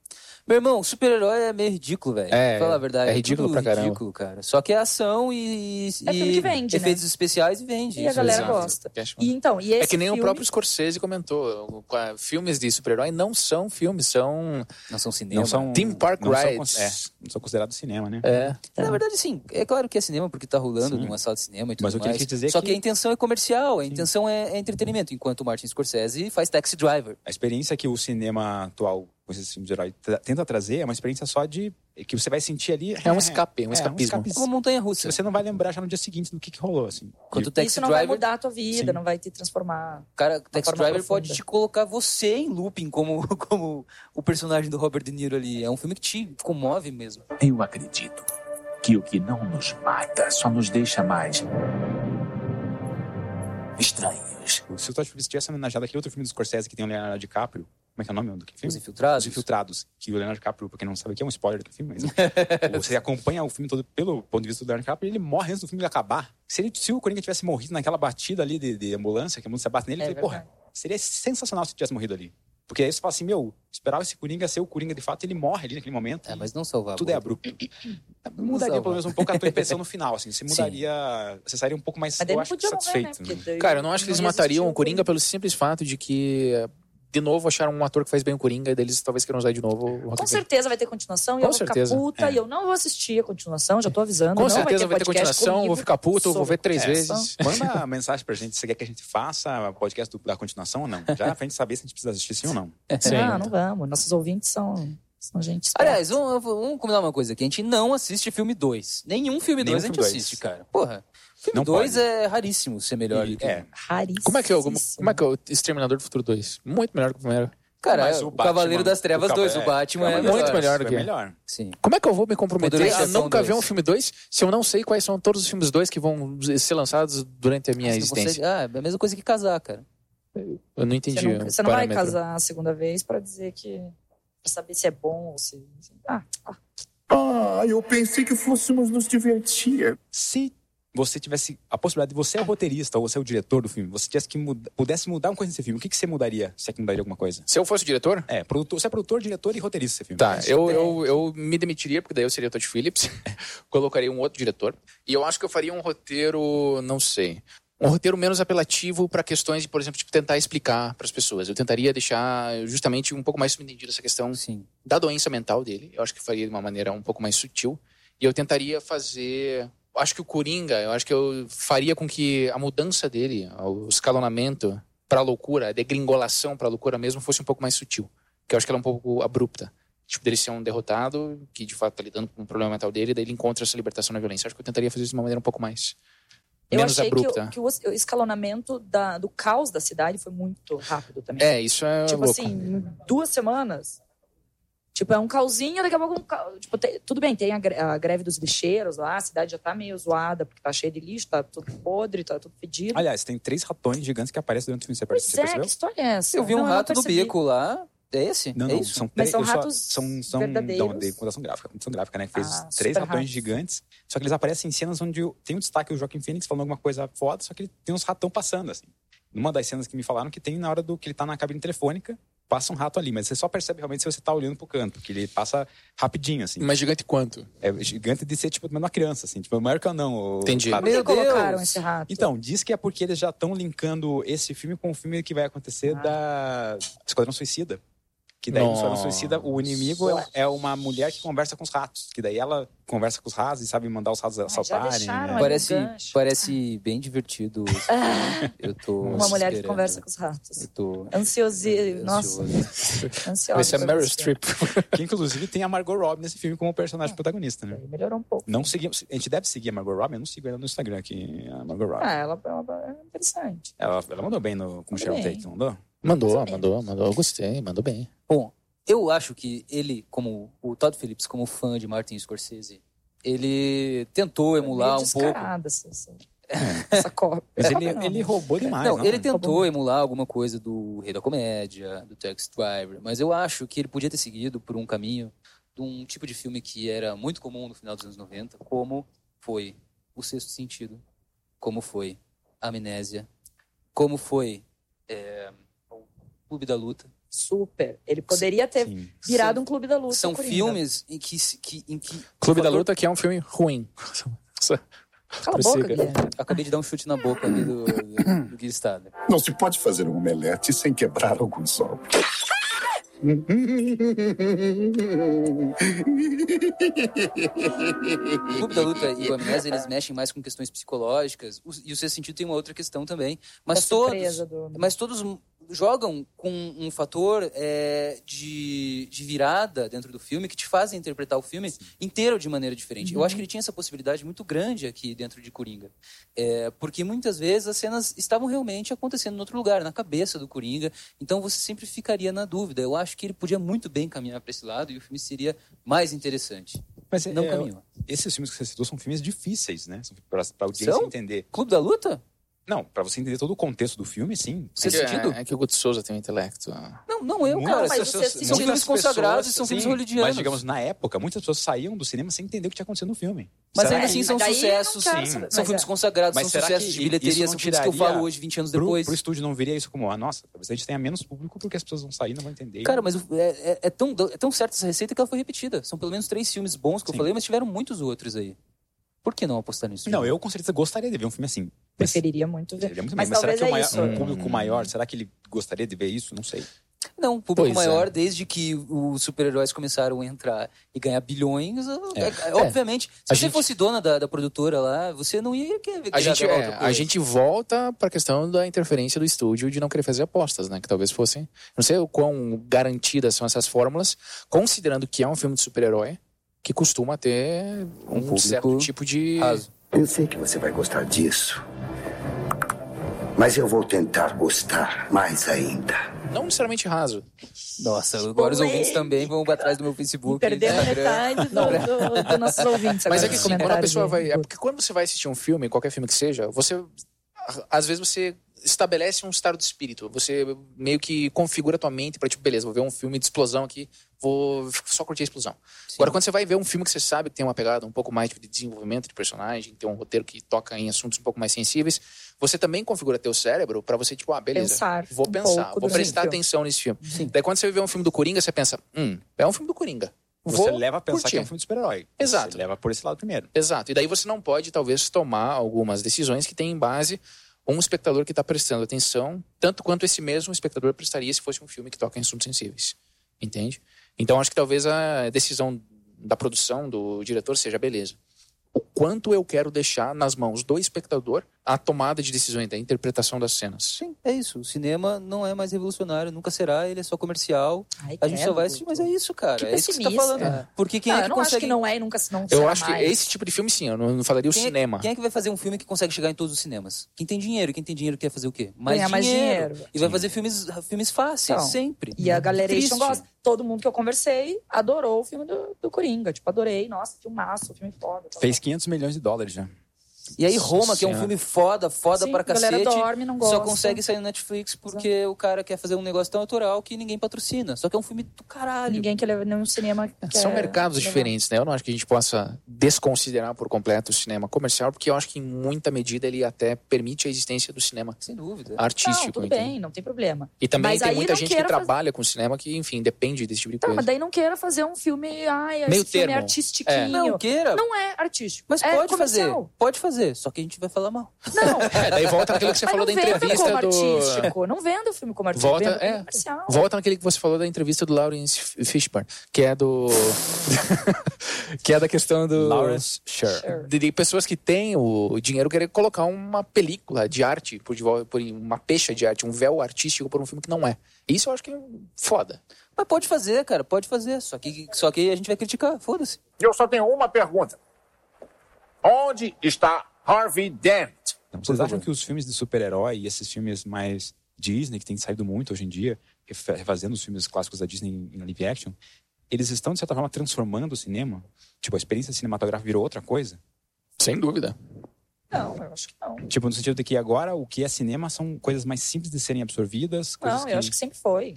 [SPEAKER 6] Meu irmão, super-herói é meio ridículo, velho.
[SPEAKER 4] É,
[SPEAKER 6] Pra falar a verdade.
[SPEAKER 4] é ridículo
[SPEAKER 6] tudo
[SPEAKER 4] pra caramba.
[SPEAKER 6] ridículo, cara. Só que é ação e,
[SPEAKER 5] É filme
[SPEAKER 6] e
[SPEAKER 5] que vende, né?
[SPEAKER 6] efeitos especiais e vende.
[SPEAKER 5] E a
[SPEAKER 6] Isso,
[SPEAKER 5] galera
[SPEAKER 6] exato.
[SPEAKER 5] gosta. E, então, e esse
[SPEAKER 4] É que nem
[SPEAKER 5] filme,
[SPEAKER 4] o próprio Scorsese comentou. o- qua- Filmes de super-herói não são filmes, são.
[SPEAKER 6] Não são cinema.
[SPEAKER 3] não são,
[SPEAKER 4] Theme Park
[SPEAKER 3] não são,
[SPEAKER 4] Rides.
[SPEAKER 3] con- é, não são considerados cinema, né?
[SPEAKER 4] É.
[SPEAKER 6] Na verdade, sim. É claro que é cinema porque tá rolando
[SPEAKER 3] Sim.
[SPEAKER 6] numa sala de cinema e tudo
[SPEAKER 3] Mas o que eu
[SPEAKER 6] mais.
[SPEAKER 3] quis dizer é
[SPEAKER 6] Só que...
[SPEAKER 3] que
[SPEAKER 6] a intenção é comercial, a intenção é, é entretenimento. Enquanto o Martin Scorsese faz Taxi Driver.
[SPEAKER 3] A experiência que o cinema atual com esses filmes de herói tra- tenta trazer é uma experiência só de. que você vai sentir ali.
[SPEAKER 4] É
[SPEAKER 3] <laughs>
[SPEAKER 4] um escape, um escapismo.
[SPEAKER 6] Como uma montanha russa.
[SPEAKER 3] Você não vai lembrar já no dia seguinte do que, que rolou, assim.
[SPEAKER 6] Quanto
[SPEAKER 3] E-
[SPEAKER 6] Taxi
[SPEAKER 5] Isso não vai
[SPEAKER 6] Driver,
[SPEAKER 5] mudar a tua vida,
[SPEAKER 3] Sim.
[SPEAKER 5] não vai te transformar. É
[SPEAKER 6] cara, Taxi
[SPEAKER 5] forma
[SPEAKER 6] Driver pode
[SPEAKER 5] profunda.
[SPEAKER 6] te colocar você em looping como, <laughs> como o personagem do Robert De Niro ali. É um filme que te comove mesmo.
[SPEAKER 8] Eu acredito que o que não nos mata só nos deixa mais estranhos.
[SPEAKER 3] Se o Todd Phillips tivesse homenageado aquele outro filme do Scorsese que tem o Leonardo DiCaprio, como é que é o nome do filme?
[SPEAKER 6] Os Infiltrados.
[SPEAKER 3] Os Infiltrados, que o Leonardo DiCaprio, pra quem não sabe, aqui é um spoiler
[SPEAKER 4] <laughs>
[SPEAKER 3] do filme, mas você acompanha o filme todo pelo ponto de vista do Leonardo DiCaprio e ele morre antes do filme acabar. Se, ele, se o Coringa tivesse morrido naquela batida ali de, de ambulância, que a ambulância bate nele,
[SPEAKER 5] É
[SPEAKER 3] eu falei, porra, seria sensacional se tivesse morrido ali. Porque aí você fala assim, meu, esperava esse Coringa ser o Coringa de fato, ele morre ali naquele momento.
[SPEAKER 6] É, mas não salvar.
[SPEAKER 3] Tudo é abrupto. Mudaria
[SPEAKER 6] salvar.
[SPEAKER 3] pelo menos um pouco a tua
[SPEAKER 6] <laughs>
[SPEAKER 3] impressão no final, assim. Você mudaria. Você sairia um pouco mais
[SPEAKER 5] Mas daí
[SPEAKER 3] eu
[SPEAKER 5] não
[SPEAKER 3] acho, que
[SPEAKER 5] podia morrer, né?
[SPEAKER 3] satisfeito.
[SPEAKER 5] Porque daí
[SPEAKER 4] Cara, eu não acho que eles
[SPEAKER 5] ia
[SPEAKER 4] matariam
[SPEAKER 5] existir um
[SPEAKER 4] o Coringa pelo simples fato de que, de novo, acharam um ator que faz bem o Coringa e daí eles talvez queiram usar de novo o
[SPEAKER 5] Com
[SPEAKER 4] Rock Band.
[SPEAKER 5] certeza vai ter continuação e
[SPEAKER 4] Com
[SPEAKER 5] eu vou
[SPEAKER 4] certeza, É.
[SPEAKER 5] ficar puta e eu não vou assistir a continuação, já tô avisando.
[SPEAKER 4] Com
[SPEAKER 5] não
[SPEAKER 4] certeza vai ter
[SPEAKER 5] podcast
[SPEAKER 4] continuação,
[SPEAKER 5] comigo
[SPEAKER 4] vou ficar puto, vou
[SPEAKER 5] sobre
[SPEAKER 4] ver
[SPEAKER 6] é,
[SPEAKER 4] três
[SPEAKER 5] continuação.
[SPEAKER 4] vezes.
[SPEAKER 6] <laughs>
[SPEAKER 3] Manda mensagem pra gente se você quer que a gente faça o podcast do- da continuação ou não. Já pra gente saber se a gente precisa assistir sim ou não.
[SPEAKER 4] Sim.
[SPEAKER 5] Ah, Não, não vamos. Nossos ouvintes são, são gente. esperta.
[SPEAKER 6] Aliás, vamos, vamos combinar uma coisa aqui. A gente não assiste filme 2. Nenhum filme
[SPEAKER 3] Nenhum
[SPEAKER 6] 2 a gente
[SPEAKER 3] filme dois.
[SPEAKER 6] assiste, cara. Porra. Filme
[SPEAKER 3] Não
[SPEAKER 6] 2
[SPEAKER 3] pode.
[SPEAKER 6] é raríssimo ser melhor
[SPEAKER 3] E-
[SPEAKER 6] do que.
[SPEAKER 3] é,
[SPEAKER 5] raríssimo.
[SPEAKER 4] Como é que é o, como, como é que é o Exterminador do Futuro 2? Muito melhor que o primeiro.
[SPEAKER 6] Cara,
[SPEAKER 3] Mas
[SPEAKER 6] o,
[SPEAKER 3] o Batman-
[SPEAKER 6] Cavaleiro das Trevas
[SPEAKER 3] o
[SPEAKER 6] 2, o
[SPEAKER 3] Cavaleiro-
[SPEAKER 6] Batman é
[SPEAKER 3] Cavaleiro-
[SPEAKER 4] Muito melhor
[SPEAKER 3] isso
[SPEAKER 4] do
[SPEAKER 3] é
[SPEAKER 4] que-
[SPEAKER 3] melhor.
[SPEAKER 6] Sim.
[SPEAKER 4] Como é que eu vou me comprometer
[SPEAKER 6] Poderoso
[SPEAKER 4] a
[SPEAKER 6] Chefão
[SPEAKER 4] nunca ver um
[SPEAKER 6] dois.
[SPEAKER 4] filme 2 se eu não sei quais são todos os filmes 2 que vão ser lançados durante a minha
[SPEAKER 5] Assim,
[SPEAKER 6] Você não
[SPEAKER 4] existência?
[SPEAKER 6] consegue- Ah, é a mesma coisa que casar, cara.
[SPEAKER 4] Eu não entendi.
[SPEAKER 5] Você não,
[SPEAKER 4] o
[SPEAKER 5] você não vai
[SPEAKER 4] parâmetro.
[SPEAKER 5] casar a segunda vez pra dizer que. pra saber se é bom ou se. Ah, ah,
[SPEAKER 8] Ah, eu pensei que fôssemos nos divertir.
[SPEAKER 3] Se você tivesse a possibilidade de você é o roteirista ou você é o diretor do filme, você tivesse que muda- pudesse mudar uma coisa nesse filme, o que, que você mudaria? Se é que mudaria alguma coisa?
[SPEAKER 4] Se eu fosse o diretor?
[SPEAKER 3] É, produtor, você é produtor, diretor e roteirista desse filme.
[SPEAKER 4] Tá,
[SPEAKER 8] é.
[SPEAKER 4] eu, eu, eu me demitiria, porque daí eu seria o Todd Phillips, <laughs> colocaria um outro diretor, e eu acho que eu faria um roteiro, não sei, um roteiro menos apelativo para questões, de, por exemplo, de tentar explicar para as pessoas. Eu tentaria deixar justamente um pouco mais subentendido essa questão
[SPEAKER 6] Sim.
[SPEAKER 4] da doença mental dele. Eu acho que eu faria de uma maneira um pouco mais sutil. E eu tentaria fazer. Acho que o Coringa, eu acho que eu faria com que a mudança dele, o escalonamento pra loucura, a degringolação pra loucura mesmo, fosse um pouco mais sutil. Que eu acho que ela é um pouco abrupta. Tipo, dele ser um derrotado, que de fato tá lidando com um problema mental dele, daí ele encontra essa libertação na violência. Eu acho que eu tentaria fazer isso de uma maneira um pouco mais.
[SPEAKER 5] eu
[SPEAKER 4] menos
[SPEAKER 5] achei
[SPEAKER 4] abrupta.
[SPEAKER 5] Que, o, que o escalonamento da- do caos da cidade foi muito rápido também.
[SPEAKER 4] É, isso é
[SPEAKER 5] tipo
[SPEAKER 4] louco.
[SPEAKER 5] assim, em duas semanas. Tipo, é um calzinho, daqui a pouco. Um cal... tipo, tem- Tudo bem, tem a, gre- a greve dos lixeiros lá, a cidade já tá meio zoada, porque tá cheia de lixo, tá tudo podre, tá tudo fedido.
[SPEAKER 3] Aliás, tem três ratões gigantes que aparecem durante o filme. Você, perce-
[SPEAKER 5] pois
[SPEAKER 3] você
[SPEAKER 5] é,
[SPEAKER 3] percebeu?
[SPEAKER 5] que história é essa?
[SPEAKER 6] Eu vi um
[SPEAKER 5] Não,
[SPEAKER 6] rato do
[SPEAKER 5] percebi.
[SPEAKER 6] beco lá. É esse?
[SPEAKER 3] Não,
[SPEAKER 6] é
[SPEAKER 3] não,
[SPEAKER 6] isso?
[SPEAKER 3] são três.
[SPEAKER 5] Mas são
[SPEAKER 3] eu só-
[SPEAKER 5] ratos
[SPEAKER 3] são, são
[SPEAKER 5] verdadeiros?
[SPEAKER 3] Não, de computação gráfica. Computação gráfica, né? que Fez
[SPEAKER 5] Ah,
[SPEAKER 3] três
[SPEAKER 5] super
[SPEAKER 3] ratões
[SPEAKER 5] ratos.
[SPEAKER 3] gigantes. Só que eles aparecem em cenas onde o- tem um destaque do Joaquim Phoenix falando alguma coisa foda, só que ele tem uns ratão passando, assim. Numa das cenas que me falaram que tem na hora do que ele tá na cabine telefônica, passa um rato ali. Mas você só percebe realmente se você tá olhando pro canto, que ele passa rapidinho, assim.
[SPEAKER 4] Mas gigante quanto?
[SPEAKER 3] É gigante de ser, tipo, uma criança, assim. Tipo, maior que eu não. o
[SPEAKER 4] Entendi.
[SPEAKER 3] rato.
[SPEAKER 5] Por que
[SPEAKER 6] Meu
[SPEAKER 5] colocaram
[SPEAKER 6] Deus!
[SPEAKER 5] esse rato?
[SPEAKER 3] Então, diz que é porque eles já estão linkando esse filme com o filme que vai acontecer da Esquadrão Suicida. Que daí no Esquadrão
[SPEAKER 4] Nossa.
[SPEAKER 3] Suicida, o inimigo é, é uma mulher que conversa com os ratos. Que daí ela conversa com os ratos e sabe mandar os ratos assaltarem.
[SPEAKER 5] deixaram
[SPEAKER 3] né?
[SPEAKER 5] ali.
[SPEAKER 6] Parece,
[SPEAKER 5] um gancho.
[SPEAKER 6] parece bem
[SPEAKER 5] <laughs>
[SPEAKER 6] divertido. Eu tô.
[SPEAKER 5] uma mulher que
[SPEAKER 6] esperando.
[SPEAKER 5] conversa com os ratos.
[SPEAKER 6] Eu tô.
[SPEAKER 5] Ansiosi... Nossa,
[SPEAKER 6] ansioso.
[SPEAKER 5] ansiosa.
[SPEAKER 4] Esse é
[SPEAKER 5] pra
[SPEAKER 4] Meryl
[SPEAKER 5] você.
[SPEAKER 4] Streep.
[SPEAKER 3] Que inclusive tem a Margot Robbie nesse filme como personagem protagonista, né?
[SPEAKER 5] Aí Melhorou um pouco.
[SPEAKER 3] Não seguimos, a gente deve seguir a Margot Robbie, eu não sigo ela no Instagram aqui, a Margot Robbie.
[SPEAKER 5] Ah, ela, ela é interessante.
[SPEAKER 3] Ela, ela mandou bem no, com o Sharon
[SPEAKER 5] Bem.
[SPEAKER 3] Tate, não mandou?
[SPEAKER 4] Mandou,
[SPEAKER 5] Mais ou
[SPEAKER 4] mandou, mandou. Eu gostei, mandou bem.
[SPEAKER 6] Bom, eu acho que ele, como o Todd Phillips, como fã de Martin Scorsese, ele tentou
[SPEAKER 5] Foi meio
[SPEAKER 6] emular um pouco.
[SPEAKER 5] descarada Essa, essa, essa cópia.
[SPEAKER 3] Mas ele,
[SPEAKER 5] Não,
[SPEAKER 3] ele
[SPEAKER 5] né?
[SPEAKER 3] roubou demais,
[SPEAKER 6] não,
[SPEAKER 3] não,
[SPEAKER 6] ele um tentou emular alguma coisa do Rei da Comédia, do Taxi Driver, mas eu acho que ele podia ter seguido por um caminho de um tipo de filme que era muito comum no final dos anos 90, como foi O Sexto Sentido, como foi Amnésia, como foi é, o Clube da Luta.
[SPEAKER 5] Super. Ele poderia ter
[SPEAKER 3] Sim.
[SPEAKER 5] virado um clube da luta.
[SPEAKER 6] São
[SPEAKER 5] Coringa.
[SPEAKER 6] filmes em que, se- que- em que
[SPEAKER 4] Clube da
[SPEAKER 6] fator-
[SPEAKER 4] Luta, que é um filme ruim.
[SPEAKER 5] Cala a boca,
[SPEAKER 4] Prossiga.
[SPEAKER 5] Guilherme.
[SPEAKER 6] Acabei de dar um chute na boca ali do, do, do Gui Stader.
[SPEAKER 9] Não se pode fazer um omelete sem quebrar alguns ovos.
[SPEAKER 6] O Clube da Luta e o Amnésia, eles mexem mais com questões psicológicas. O- e o Sexto Sentido tem uma outra questão também. Mas
[SPEAKER 5] Da
[SPEAKER 6] todos,
[SPEAKER 5] É surpresa do-
[SPEAKER 6] mas todos jogam com um fator é, de, de virada dentro do filme que te fazem interpretar o filme inteiro de maneira diferente. Eu acho que ele tinha essa possibilidade muito grande aqui dentro de Coringa. É, porque muitas vezes as cenas estavam realmente acontecendo em outro lugar, na cabeça do Coringa. Então você sempre ficaria na dúvida. Eu acho que ele podia muito bem caminhar para esse lado e o filme seria mais interessante.
[SPEAKER 3] Mas é-
[SPEAKER 6] Não
[SPEAKER 3] é,
[SPEAKER 6] caminhou.
[SPEAKER 3] esses filmes que você citou são filmes difíceis, né? São Pra, pra audiência
[SPEAKER 6] São?
[SPEAKER 3] entender.
[SPEAKER 6] Clube da Luta?
[SPEAKER 3] Não, pra você entender todo o contexto do filme, sim.
[SPEAKER 6] Você
[SPEAKER 4] é, que-
[SPEAKER 6] sentido?
[SPEAKER 4] é que o Guto Souza tem um intelecto. ah.
[SPEAKER 6] Não, não eu,
[SPEAKER 3] Muitas
[SPEAKER 6] cara.
[SPEAKER 5] mas
[SPEAKER 6] Essas-
[SPEAKER 5] você
[SPEAKER 6] essas-
[SPEAKER 5] assiste
[SPEAKER 6] são
[SPEAKER 3] Muitas
[SPEAKER 6] filmes consagrados
[SPEAKER 3] pessoas-
[SPEAKER 6] e são filmes
[SPEAKER 3] sim,
[SPEAKER 6] hollywoodianos.
[SPEAKER 3] Mas, digamos, na época, muitas pessoas saíam do cinema sem entender o que tinha acontecido no filme.
[SPEAKER 6] Mas
[SPEAKER 3] Será
[SPEAKER 6] ainda
[SPEAKER 3] que-
[SPEAKER 6] assim são
[SPEAKER 5] Daí eu não
[SPEAKER 6] sucessos.
[SPEAKER 5] quero
[SPEAKER 6] sim.
[SPEAKER 5] saber. Mas
[SPEAKER 6] São filmes
[SPEAKER 5] é.
[SPEAKER 6] consagrados,
[SPEAKER 3] Mas
[SPEAKER 6] são
[SPEAKER 3] será
[SPEAKER 6] sucessos
[SPEAKER 3] que
[SPEAKER 6] de bilheteria,
[SPEAKER 3] isso
[SPEAKER 6] são
[SPEAKER 3] não
[SPEAKER 6] filmes que eu
[SPEAKER 3] tiraria
[SPEAKER 6] falo hoje, 20 anos
[SPEAKER 3] Pro,
[SPEAKER 6] depois.
[SPEAKER 3] pro estúdio não viria isso como, ah, nossa, talvez a gente tenha menos público porque as pessoas vão sair e não vão entender.
[SPEAKER 6] Cara, mas o- é, é- é tão, é tão certa essa receita que ela foi repetida. São pelo menos três filmes bons que eu
[SPEAKER 3] Sim.
[SPEAKER 6] falei, mas tiveram muitos outros aí. Por que não apostar nisso?
[SPEAKER 3] Não, eu com certeza gostaria de ver um filme assim. Mas-
[SPEAKER 5] Preferiria muito ver.
[SPEAKER 3] Seria muito
[SPEAKER 5] Mas
[SPEAKER 3] bem, mas será
[SPEAKER 5] talvez
[SPEAKER 3] que o
[SPEAKER 5] é
[SPEAKER 3] maior-
[SPEAKER 5] isso.
[SPEAKER 3] um
[SPEAKER 6] Hum.
[SPEAKER 3] público maior, será que ele gostaria de ver isso? Não sei.
[SPEAKER 6] Não, o público
[SPEAKER 4] Pois
[SPEAKER 6] maior,
[SPEAKER 4] é.
[SPEAKER 6] desde que os super-heróis começaram a entrar e ganhar bilhões, é- é- obviamente, se
[SPEAKER 4] A
[SPEAKER 6] você
[SPEAKER 4] gente-
[SPEAKER 6] fosse dona da, da produtora lá, você não ia querer ver
[SPEAKER 4] A gente,
[SPEAKER 6] gravar
[SPEAKER 4] é,
[SPEAKER 6] outra
[SPEAKER 4] a
[SPEAKER 6] coisa.
[SPEAKER 4] gente volta pra questão da interferência do estúdio de não querer fazer apostas, né? Que talvez fossem. Não sei o quão garantidas são essas fórmulas, considerando que é um filme de super-herói que costuma ter um,
[SPEAKER 6] público
[SPEAKER 4] certo tipo de.
[SPEAKER 6] raso.
[SPEAKER 7] Eu sei que você vai gostar disso. Mas eu vou tentar gostar mais ainda.
[SPEAKER 4] Não necessariamente raso.
[SPEAKER 6] Nossa, agora os
[SPEAKER 5] Polêmica.
[SPEAKER 6] ouvintes também vão atrás do meu Facebook.
[SPEAKER 5] Perdemos
[SPEAKER 6] Instagram.
[SPEAKER 5] metade do- do- dos nossos ouvintes agora.
[SPEAKER 4] Mas é que
[SPEAKER 5] nos
[SPEAKER 4] assim, quando a
[SPEAKER 5] comentários
[SPEAKER 4] pessoa
[SPEAKER 5] do-
[SPEAKER 4] vai. É
[SPEAKER 5] do-
[SPEAKER 4] porque quando você vai assistir um filme, qualquer filme que seja, você. Às vezes você estabelece um estado de espírito. Você meio que configura a tua mente pra tipo, beleza, vou ver um filme de explosão aqui, vou só curtir a explosão. Agora, quando você vai ver um filme que você sabe que tem uma pegada um pouco mais de desenvolvimento de personagem, tem um roteiro que toca em assuntos um pouco mais sensíveis, você também configura teu cérebro pra você, tipo, ah, beleza,
[SPEAKER 5] Pensar
[SPEAKER 4] vou
[SPEAKER 5] um
[SPEAKER 4] pensar,
[SPEAKER 5] pouco
[SPEAKER 4] vou
[SPEAKER 5] durante
[SPEAKER 4] prestar
[SPEAKER 5] o filme.
[SPEAKER 4] atenção nesse filme. Daí quando você vê um filme do Coringa, você pensa, hum, é um filme do Coringa.
[SPEAKER 3] Você
[SPEAKER 4] Vou
[SPEAKER 3] leva a pensar
[SPEAKER 4] curtir.
[SPEAKER 3] que é um filme de super-herói.
[SPEAKER 4] Exato.
[SPEAKER 3] Você leva por esse lado primeiro.
[SPEAKER 4] Exato. E daí você não pode, talvez, tomar algumas decisões que têm em base um espectador que está prestando atenção, tanto quanto esse mesmo espectador prestaria se fosse um filme que toca em assuntos sensíveis. Entende? Então acho que talvez a decisão da produção, do diretor, seja beleza. O quanto eu quero deixar nas mãos do espectador a tomada de decisões, da interpretação das cenas.
[SPEAKER 6] Sim, é isso. O cinema não é mais revolucionário, nunca será, ele é só comercial.
[SPEAKER 5] Ai,
[SPEAKER 6] A gente só
[SPEAKER 5] credo,
[SPEAKER 6] vai assistir,
[SPEAKER 5] Guto.
[SPEAKER 6] mas é isso, cara.
[SPEAKER 5] Que
[SPEAKER 6] é isso que você tá
[SPEAKER 5] pessimista.
[SPEAKER 6] falando. Porque quem
[SPEAKER 5] Não, eu
[SPEAKER 6] é que
[SPEAKER 5] não acho
[SPEAKER 6] consegue.
[SPEAKER 5] que não é e nunca se não será
[SPEAKER 4] Eu acho que
[SPEAKER 5] mais.
[SPEAKER 4] esse tipo de filme, sim, eu não, não falaria o
[SPEAKER 6] quem é-
[SPEAKER 4] cinema.
[SPEAKER 6] quem é que vai fazer um filme que consegue chegar em todos os cinemas? Quem tem dinheiro, quem tem dinheiro quer fazer o quê?
[SPEAKER 5] Ganhar mais dinheiro.
[SPEAKER 6] E vai fazer filmes, filmes fáceis,
[SPEAKER 5] Então,
[SPEAKER 6] sempre.
[SPEAKER 5] E a galera aí
[SPEAKER 6] Hum, Triste.
[SPEAKER 5] não gosta. Todo mundo que eu conversei adorou o filme do, do Coringa. Tipo, adorei. Nossa, filmaço, filme é foda. tal,
[SPEAKER 3] Fez 500 milhões de dólares já.
[SPEAKER 6] E aí Roma, que é um
[SPEAKER 3] Senhora.
[SPEAKER 6] filme foda, foda
[SPEAKER 5] Sim,
[SPEAKER 6] pra
[SPEAKER 5] a galera
[SPEAKER 6] cacete,
[SPEAKER 5] dorme, não
[SPEAKER 6] só
[SPEAKER 5] gosta.
[SPEAKER 6] consegue sair no Netflix porque o cara quer fazer um negócio tão autoral que ninguém patrocina. Só que é um filme do
[SPEAKER 5] tal.
[SPEAKER 6] caralho.
[SPEAKER 5] Ninguém que leva nenhum cinema. que
[SPEAKER 4] São
[SPEAKER 5] é-
[SPEAKER 4] mercados
[SPEAKER 5] levar.
[SPEAKER 4] diferentes, né? Eu não acho que a gente possa desconsiderar por completo o cinema comercial, porque eu acho que em muita medida ele até permite a existência do cinema
[SPEAKER 6] Sem dúvida.
[SPEAKER 4] artístico.
[SPEAKER 5] Não, tudo
[SPEAKER 4] entende?
[SPEAKER 5] bem, não tem problema.
[SPEAKER 4] E também
[SPEAKER 5] Mas
[SPEAKER 4] tem
[SPEAKER 5] aí
[SPEAKER 4] muita
[SPEAKER 5] não
[SPEAKER 4] gente que
[SPEAKER 5] queira fazer-
[SPEAKER 4] trabalha com cinema que, enfim, depende desse tipo de
[SPEAKER 5] Tá,
[SPEAKER 4] coisa.
[SPEAKER 5] mas daí não queira fazer um filme. Ai, esse
[SPEAKER 4] Meio
[SPEAKER 5] filme é
[SPEAKER 4] termo.
[SPEAKER 5] artistiquinho.
[SPEAKER 4] É.
[SPEAKER 6] Não, queira.
[SPEAKER 5] Não é artístico.
[SPEAKER 6] Mas
[SPEAKER 5] é
[SPEAKER 6] pode fazer.
[SPEAKER 5] comercial.
[SPEAKER 6] Pode fazer. Só que a gente vai falar mal.
[SPEAKER 5] Não.
[SPEAKER 4] É, daí volta naquilo que você
[SPEAKER 5] mas
[SPEAKER 4] falou da
[SPEAKER 5] não venda
[SPEAKER 4] entrevista
[SPEAKER 5] como
[SPEAKER 4] do.
[SPEAKER 5] artístico. Não venda o filme como artístico.
[SPEAKER 4] Volta-
[SPEAKER 5] venda como
[SPEAKER 4] é.
[SPEAKER 5] comercial.
[SPEAKER 4] Volta naquele que você falou da entrevista do Lawrence F- Fishburne, que é do. <laughs> que é da questão do.
[SPEAKER 3] Lawrence Sher.
[SPEAKER 4] De, de pessoas que têm o, o dinheiro querer colocar uma película de arte, por, devol- por uma pecha de arte, um véu artístico por um filme que não é. Isso eu acho que é foda.
[SPEAKER 6] Mas pode fazer, cara. Pode fazer. Só que, só que a gente vai criticar. Foda-se.
[SPEAKER 8] Eu só tenho uma pergunta. Onde está Harvey Dent?
[SPEAKER 3] Então, vocês acham que os filmes de super-herói e esses filmes mais Disney, que tem saído muito hoje em dia, refa- refazendo os filmes clássicos da Disney em em live action, eles estão, de certa forma, transformando o cinema? Tipo, a experiência cinematográfica virou outra coisa?
[SPEAKER 4] Sem dúvida.
[SPEAKER 5] Não, eu acho que não.
[SPEAKER 3] Tipo, no sentido de que agora o que é cinema são coisas mais simples de serem absorvidas, coisas
[SPEAKER 5] Não,
[SPEAKER 3] que...
[SPEAKER 5] eu acho que sempre foi.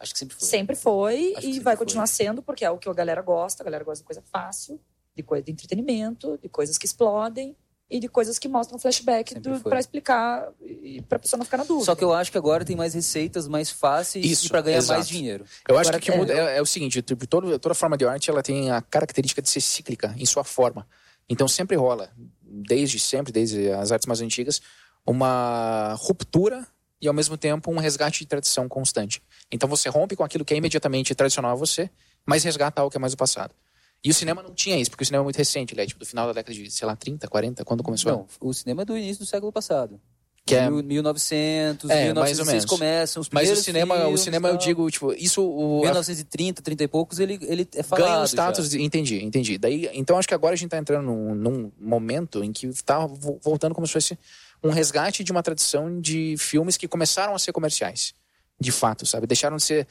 [SPEAKER 6] Acho que sempre foi.
[SPEAKER 5] Sempre foi
[SPEAKER 6] Acho que
[SPEAKER 5] e
[SPEAKER 6] sempre
[SPEAKER 5] vai
[SPEAKER 6] foi.
[SPEAKER 5] continuar sendo, porque é o que a galera gosta. A galera gosta de coisa fácil, de coisa de entretenimento, de coisas que explodem e de coisas que mostram flashback
[SPEAKER 6] Sempre
[SPEAKER 5] do-
[SPEAKER 6] foi.
[SPEAKER 5] pra explicar e pra pessoa não ficar na dúvida.
[SPEAKER 6] Só que eu acho que agora tem mais receitas mais fáceis
[SPEAKER 4] Isso,
[SPEAKER 6] e pra ganhar
[SPEAKER 4] exato.
[SPEAKER 6] mais dinheiro.
[SPEAKER 4] Eu acho
[SPEAKER 5] Agora,
[SPEAKER 4] que o que
[SPEAKER 5] é.
[SPEAKER 4] muda é, é o seguinte, tipo, todo, toda forma de arte ela tem a característica de ser cíclica em sua forma. Então sempre rola, desde sempre, desde as artes mais antigas, uma ruptura e ao mesmo tempo um resgate de tradição constante. Então você rompe com aquilo que é imediatamente tradicional a você, mas resgata algo que é mais do passado. E o cinema não tinha isso, porque o cinema é muito recente, ele é tipo do final da década de, sei lá, 30, 40, quando começou?
[SPEAKER 6] Não, o cinema é do início do século passado.
[SPEAKER 4] Que é-
[SPEAKER 6] Mil- 1900,
[SPEAKER 4] É,
[SPEAKER 6] 1906
[SPEAKER 4] mais ou menos.
[SPEAKER 6] começam
[SPEAKER 4] Mas
[SPEAKER 6] os
[SPEAKER 4] o
[SPEAKER 6] primeiros
[SPEAKER 4] cinema, o
[SPEAKER 6] filmes,
[SPEAKER 4] cinema eu
[SPEAKER 6] tal.
[SPEAKER 4] digo, tipo, isso o, a
[SPEAKER 6] 1930, 30 e poucos, ele, ele é falado
[SPEAKER 4] ganha um
[SPEAKER 6] já.
[SPEAKER 4] status de. Entendi, entendi. Daí, então acho que agora a gente tá entrando num, num momento em que tá vo- voltando como se fosse um resgate de uma tradição de filmes que começaram a ser comerciais. De fato, sabe? Deixaram de ser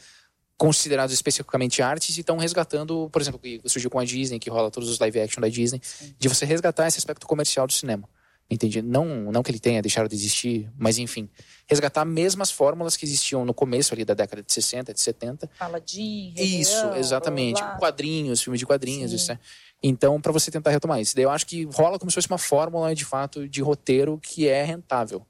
[SPEAKER 4] considerados especificamente artes e estão resgatando, por exemplo, que surgiu com a Disney, que rola todos os live action da Disney, de você resgatar esse aspecto comercial do cinema. Entendi. Não, não que ele tenha deixado de existir, mas enfim, resgatar mesmas fórmulas que existiam no começo ali da década de 60, de 70
[SPEAKER 5] Aladdin, Rei
[SPEAKER 4] isso,
[SPEAKER 5] Leão,
[SPEAKER 4] exatamente. Tipo
[SPEAKER 5] blá, blá.
[SPEAKER 4] Quadrinhos, filme de quadrinhos,
[SPEAKER 5] Sim.
[SPEAKER 4] isso é. Então, pra você tentar retomar isso. Daí eu acho que rola como se fosse uma fórmula, de fato, de roteiro que é rentável.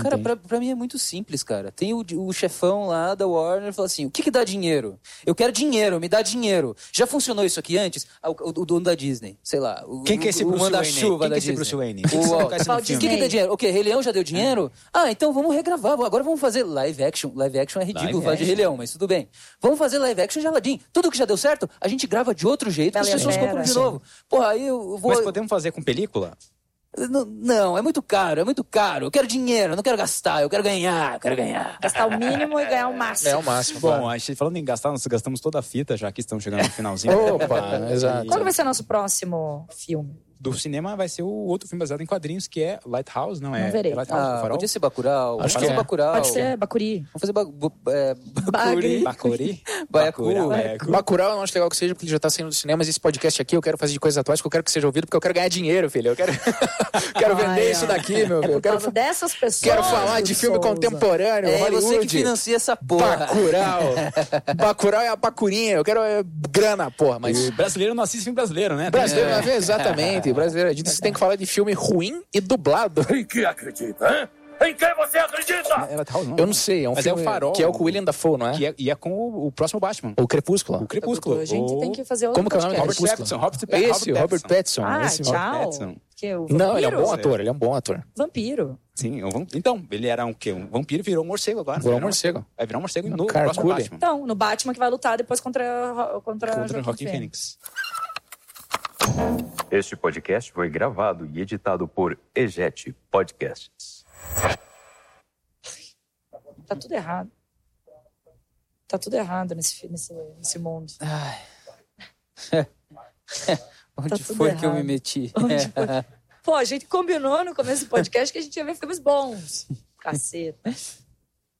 [SPEAKER 6] Cara,
[SPEAKER 4] Entende?
[SPEAKER 6] pra, pra mim é muito simples, cara. Tem o, o chefão lá da Warner fala assim: o que, que dá dinheiro? Eu quero dinheiro, me dá dinheiro. Já funcionou isso aqui antes? Ah, o, o dono da Disney, sei lá. O,
[SPEAKER 3] Quem que é esse
[SPEAKER 6] o- o
[SPEAKER 3] Bruce Wayne?
[SPEAKER 6] manda-chuva
[SPEAKER 3] Quem
[SPEAKER 6] da
[SPEAKER 3] que é esse
[SPEAKER 6] Disney.
[SPEAKER 3] Bruce Wayne? Quem
[SPEAKER 6] O-
[SPEAKER 3] que você coloca esse
[SPEAKER 5] no
[SPEAKER 6] O que,
[SPEAKER 5] filme?
[SPEAKER 6] que dá dinheiro? O quê? Rei Leão já
[SPEAKER 3] É.
[SPEAKER 6] deu dinheiro? Ah, então vamos regravar. Agora vamos fazer live action. Live action é ridículo
[SPEAKER 3] Live
[SPEAKER 6] falar de Rei Leão, mas tudo bem. Vamos fazer live action de Aladdin. Tudo que já deu certo, a gente grava de outro jeito,
[SPEAKER 5] Bela
[SPEAKER 6] as
[SPEAKER 5] e a
[SPEAKER 6] pessoas
[SPEAKER 5] Fera.
[SPEAKER 6] compram de
[SPEAKER 5] Sim.
[SPEAKER 6] novo. Porra, aí eu vou.
[SPEAKER 3] Mas podemos fazer com película?
[SPEAKER 6] Não, não, é muito caro, é muito caro. Eu quero dinheiro, eu não quero gastar, eu quero ganhar, eu quero ganhar.
[SPEAKER 5] Gastar o mínimo e ganhar o máximo.
[SPEAKER 4] É o máximo.
[SPEAKER 3] Bom,
[SPEAKER 4] claro.
[SPEAKER 3] a gente, falando em gastar, nós gastamos toda a fita já que estamos chegando no finalzinho.
[SPEAKER 4] Opa, exato.
[SPEAKER 5] Qual que vai ser nosso próximo filme?
[SPEAKER 3] Do cinema vai ser o outro filme baseado em quadrinhos, que é Lighthouse, não é?
[SPEAKER 5] Não verei.
[SPEAKER 3] é Lighthouse,
[SPEAKER 6] Ah,
[SPEAKER 3] o farol?
[SPEAKER 6] podia ser Bacurau.
[SPEAKER 4] Acho
[SPEAKER 6] Vamos
[SPEAKER 4] que
[SPEAKER 6] fazer
[SPEAKER 4] é.
[SPEAKER 6] Bacurau.
[SPEAKER 5] Pode ser Bacuri.
[SPEAKER 6] Vamos fazer ba bu- é,
[SPEAKER 5] Bagre.
[SPEAKER 6] Bacuri.
[SPEAKER 3] Bacuri?
[SPEAKER 6] Baiacu.
[SPEAKER 3] Bacurau,
[SPEAKER 4] Bacurau. Bacurau eu não acho legal que seja, porque ele já tá saindo do cinema, mas esse podcast aqui eu quero fazer de coisas atuais que eu quero que seja ouvido, porque eu quero ganhar dinheiro, filho. Eu quero, <laughs> quero vender
[SPEAKER 5] Ai,
[SPEAKER 4] isso
[SPEAKER 5] ai.
[SPEAKER 4] daqui, meu.
[SPEAKER 5] É
[SPEAKER 4] filho. Eu
[SPEAKER 5] por
[SPEAKER 4] quero,
[SPEAKER 5] causa dessas pessoas.
[SPEAKER 4] quero falar de
[SPEAKER 5] Bruno
[SPEAKER 4] filme
[SPEAKER 5] Souza.
[SPEAKER 4] contemporâneo,
[SPEAKER 6] É
[SPEAKER 4] Hollywood.
[SPEAKER 6] você que financia essa porra.
[SPEAKER 4] Bacurau. Bacurau é a bacurinha. Eu quero é, grana, porra. Mas
[SPEAKER 3] E brasileiro não assiste filme brasileiro, né?
[SPEAKER 4] Brasileiro, não é. ver? exatamente. Brasileiro, a gente você tem que falar de filme ruim e dublado.
[SPEAKER 8] Em que acredita, hein? Em quem você acredita?
[SPEAKER 3] É Lighthouse, não.
[SPEAKER 4] Eu não sei, é um
[SPEAKER 3] Mas
[SPEAKER 4] filme
[SPEAKER 3] é o Farol.
[SPEAKER 4] que é o com o William Dafoe, não é?
[SPEAKER 3] Que é, e é com o, o próximo Batman.
[SPEAKER 4] Tá O Crepúsculo.
[SPEAKER 3] O Crepúsculo.
[SPEAKER 5] A gente
[SPEAKER 3] O-
[SPEAKER 5] tem que fazer outro
[SPEAKER 4] Como que é o nome?
[SPEAKER 5] podcast.
[SPEAKER 3] Robert Pattinson, Robert Pat-
[SPEAKER 4] Esse,
[SPEAKER 3] É, Robert
[SPEAKER 4] Robert Pattinson.
[SPEAKER 5] Ah,
[SPEAKER 4] esse mesmo.
[SPEAKER 5] tchau.
[SPEAKER 3] Pattinson.
[SPEAKER 5] Que é o
[SPEAKER 4] Não, ele é um
[SPEAKER 5] vampiro?
[SPEAKER 4] bom ator, ele é um bom ator.
[SPEAKER 5] Vampiro.
[SPEAKER 3] Sim, eu vou- então, ele era um quê? Um vampiro virou um morcego agora.
[SPEAKER 4] Vou ao
[SPEAKER 3] Virou-
[SPEAKER 4] é morcego.
[SPEAKER 3] Vai virar um morcego no
[SPEAKER 4] Carcule.
[SPEAKER 3] próximo Batman.
[SPEAKER 5] Então, no Batman que vai lutar depois contra, Ro- contra,
[SPEAKER 3] Contra o Joaquin
[SPEAKER 5] Joaquin Phoenix.
[SPEAKER 3] Phoenix.
[SPEAKER 10] Este podcast foi gravado e editado por Egete Podcasts.
[SPEAKER 5] Tá tudo errado. Tá tudo errado nesse, fi- nesse, nesse mundo.
[SPEAKER 4] Ah.
[SPEAKER 6] Onde
[SPEAKER 5] Tá tudo
[SPEAKER 6] foi que eu me
[SPEAKER 5] errado.
[SPEAKER 6] <laughs> meti? É,
[SPEAKER 5] Onde foi? Pô, a gente combinou no começo do podcast que a gente ia ver filmes bons. Caceta.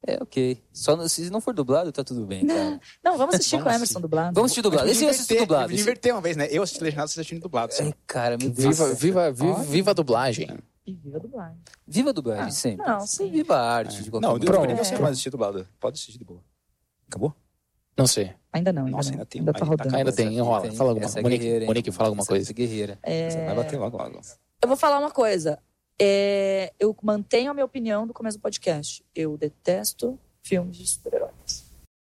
[SPEAKER 6] É, ok. Só no- se não for dublado, tá tudo bem, cara.
[SPEAKER 5] Não,
[SPEAKER 4] É
[SPEAKER 5] vamos assistir com o
[SPEAKER 6] Vamos assistir.
[SPEAKER 5] Emerson dublado.
[SPEAKER 6] Vamos assistir dublado. Esse Tá, eu assisto dublado.
[SPEAKER 3] Me
[SPEAKER 6] Esse... É,
[SPEAKER 3] divertir uma vez, né? Eu assisti legendado, você assistindo dublado. sim.
[SPEAKER 6] Ai, cara, meu Deus.
[SPEAKER 4] Viva, viva, viva, viva a dublagem.
[SPEAKER 5] E viva dublagem.
[SPEAKER 6] Viva a dublagem, sempre.
[SPEAKER 5] não, sim.
[SPEAKER 6] Viva a arte, de qualquer
[SPEAKER 3] Não,
[SPEAKER 6] maneira.
[SPEAKER 3] Deus me livre, eu
[SPEAKER 5] É.
[SPEAKER 3] sei mais assistir dublado. Pode assistir de boa. Acabou?
[SPEAKER 4] Não sei.
[SPEAKER 5] Ainda não, ainda
[SPEAKER 3] Nossa,
[SPEAKER 5] não.
[SPEAKER 3] ainda tem-
[SPEAKER 5] Ainda tá
[SPEAKER 3] ainda tá
[SPEAKER 5] rodando.
[SPEAKER 4] Ainda tem, enrola.
[SPEAKER 6] Tem-
[SPEAKER 4] Fala alguma
[SPEAKER 6] essa é
[SPEAKER 4] coisa. Monique,
[SPEAKER 6] guerreira, hein?
[SPEAKER 4] Monique, fala alguma
[SPEAKER 6] Essa-
[SPEAKER 4] coisa.
[SPEAKER 6] essa é guerreira.
[SPEAKER 5] É,
[SPEAKER 3] Vai bater logo, logo.
[SPEAKER 5] Eu vou falar uma coisa. É, eu mantenho a minha opinião do começo do podcast. Eu detesto filmes de super-heróis.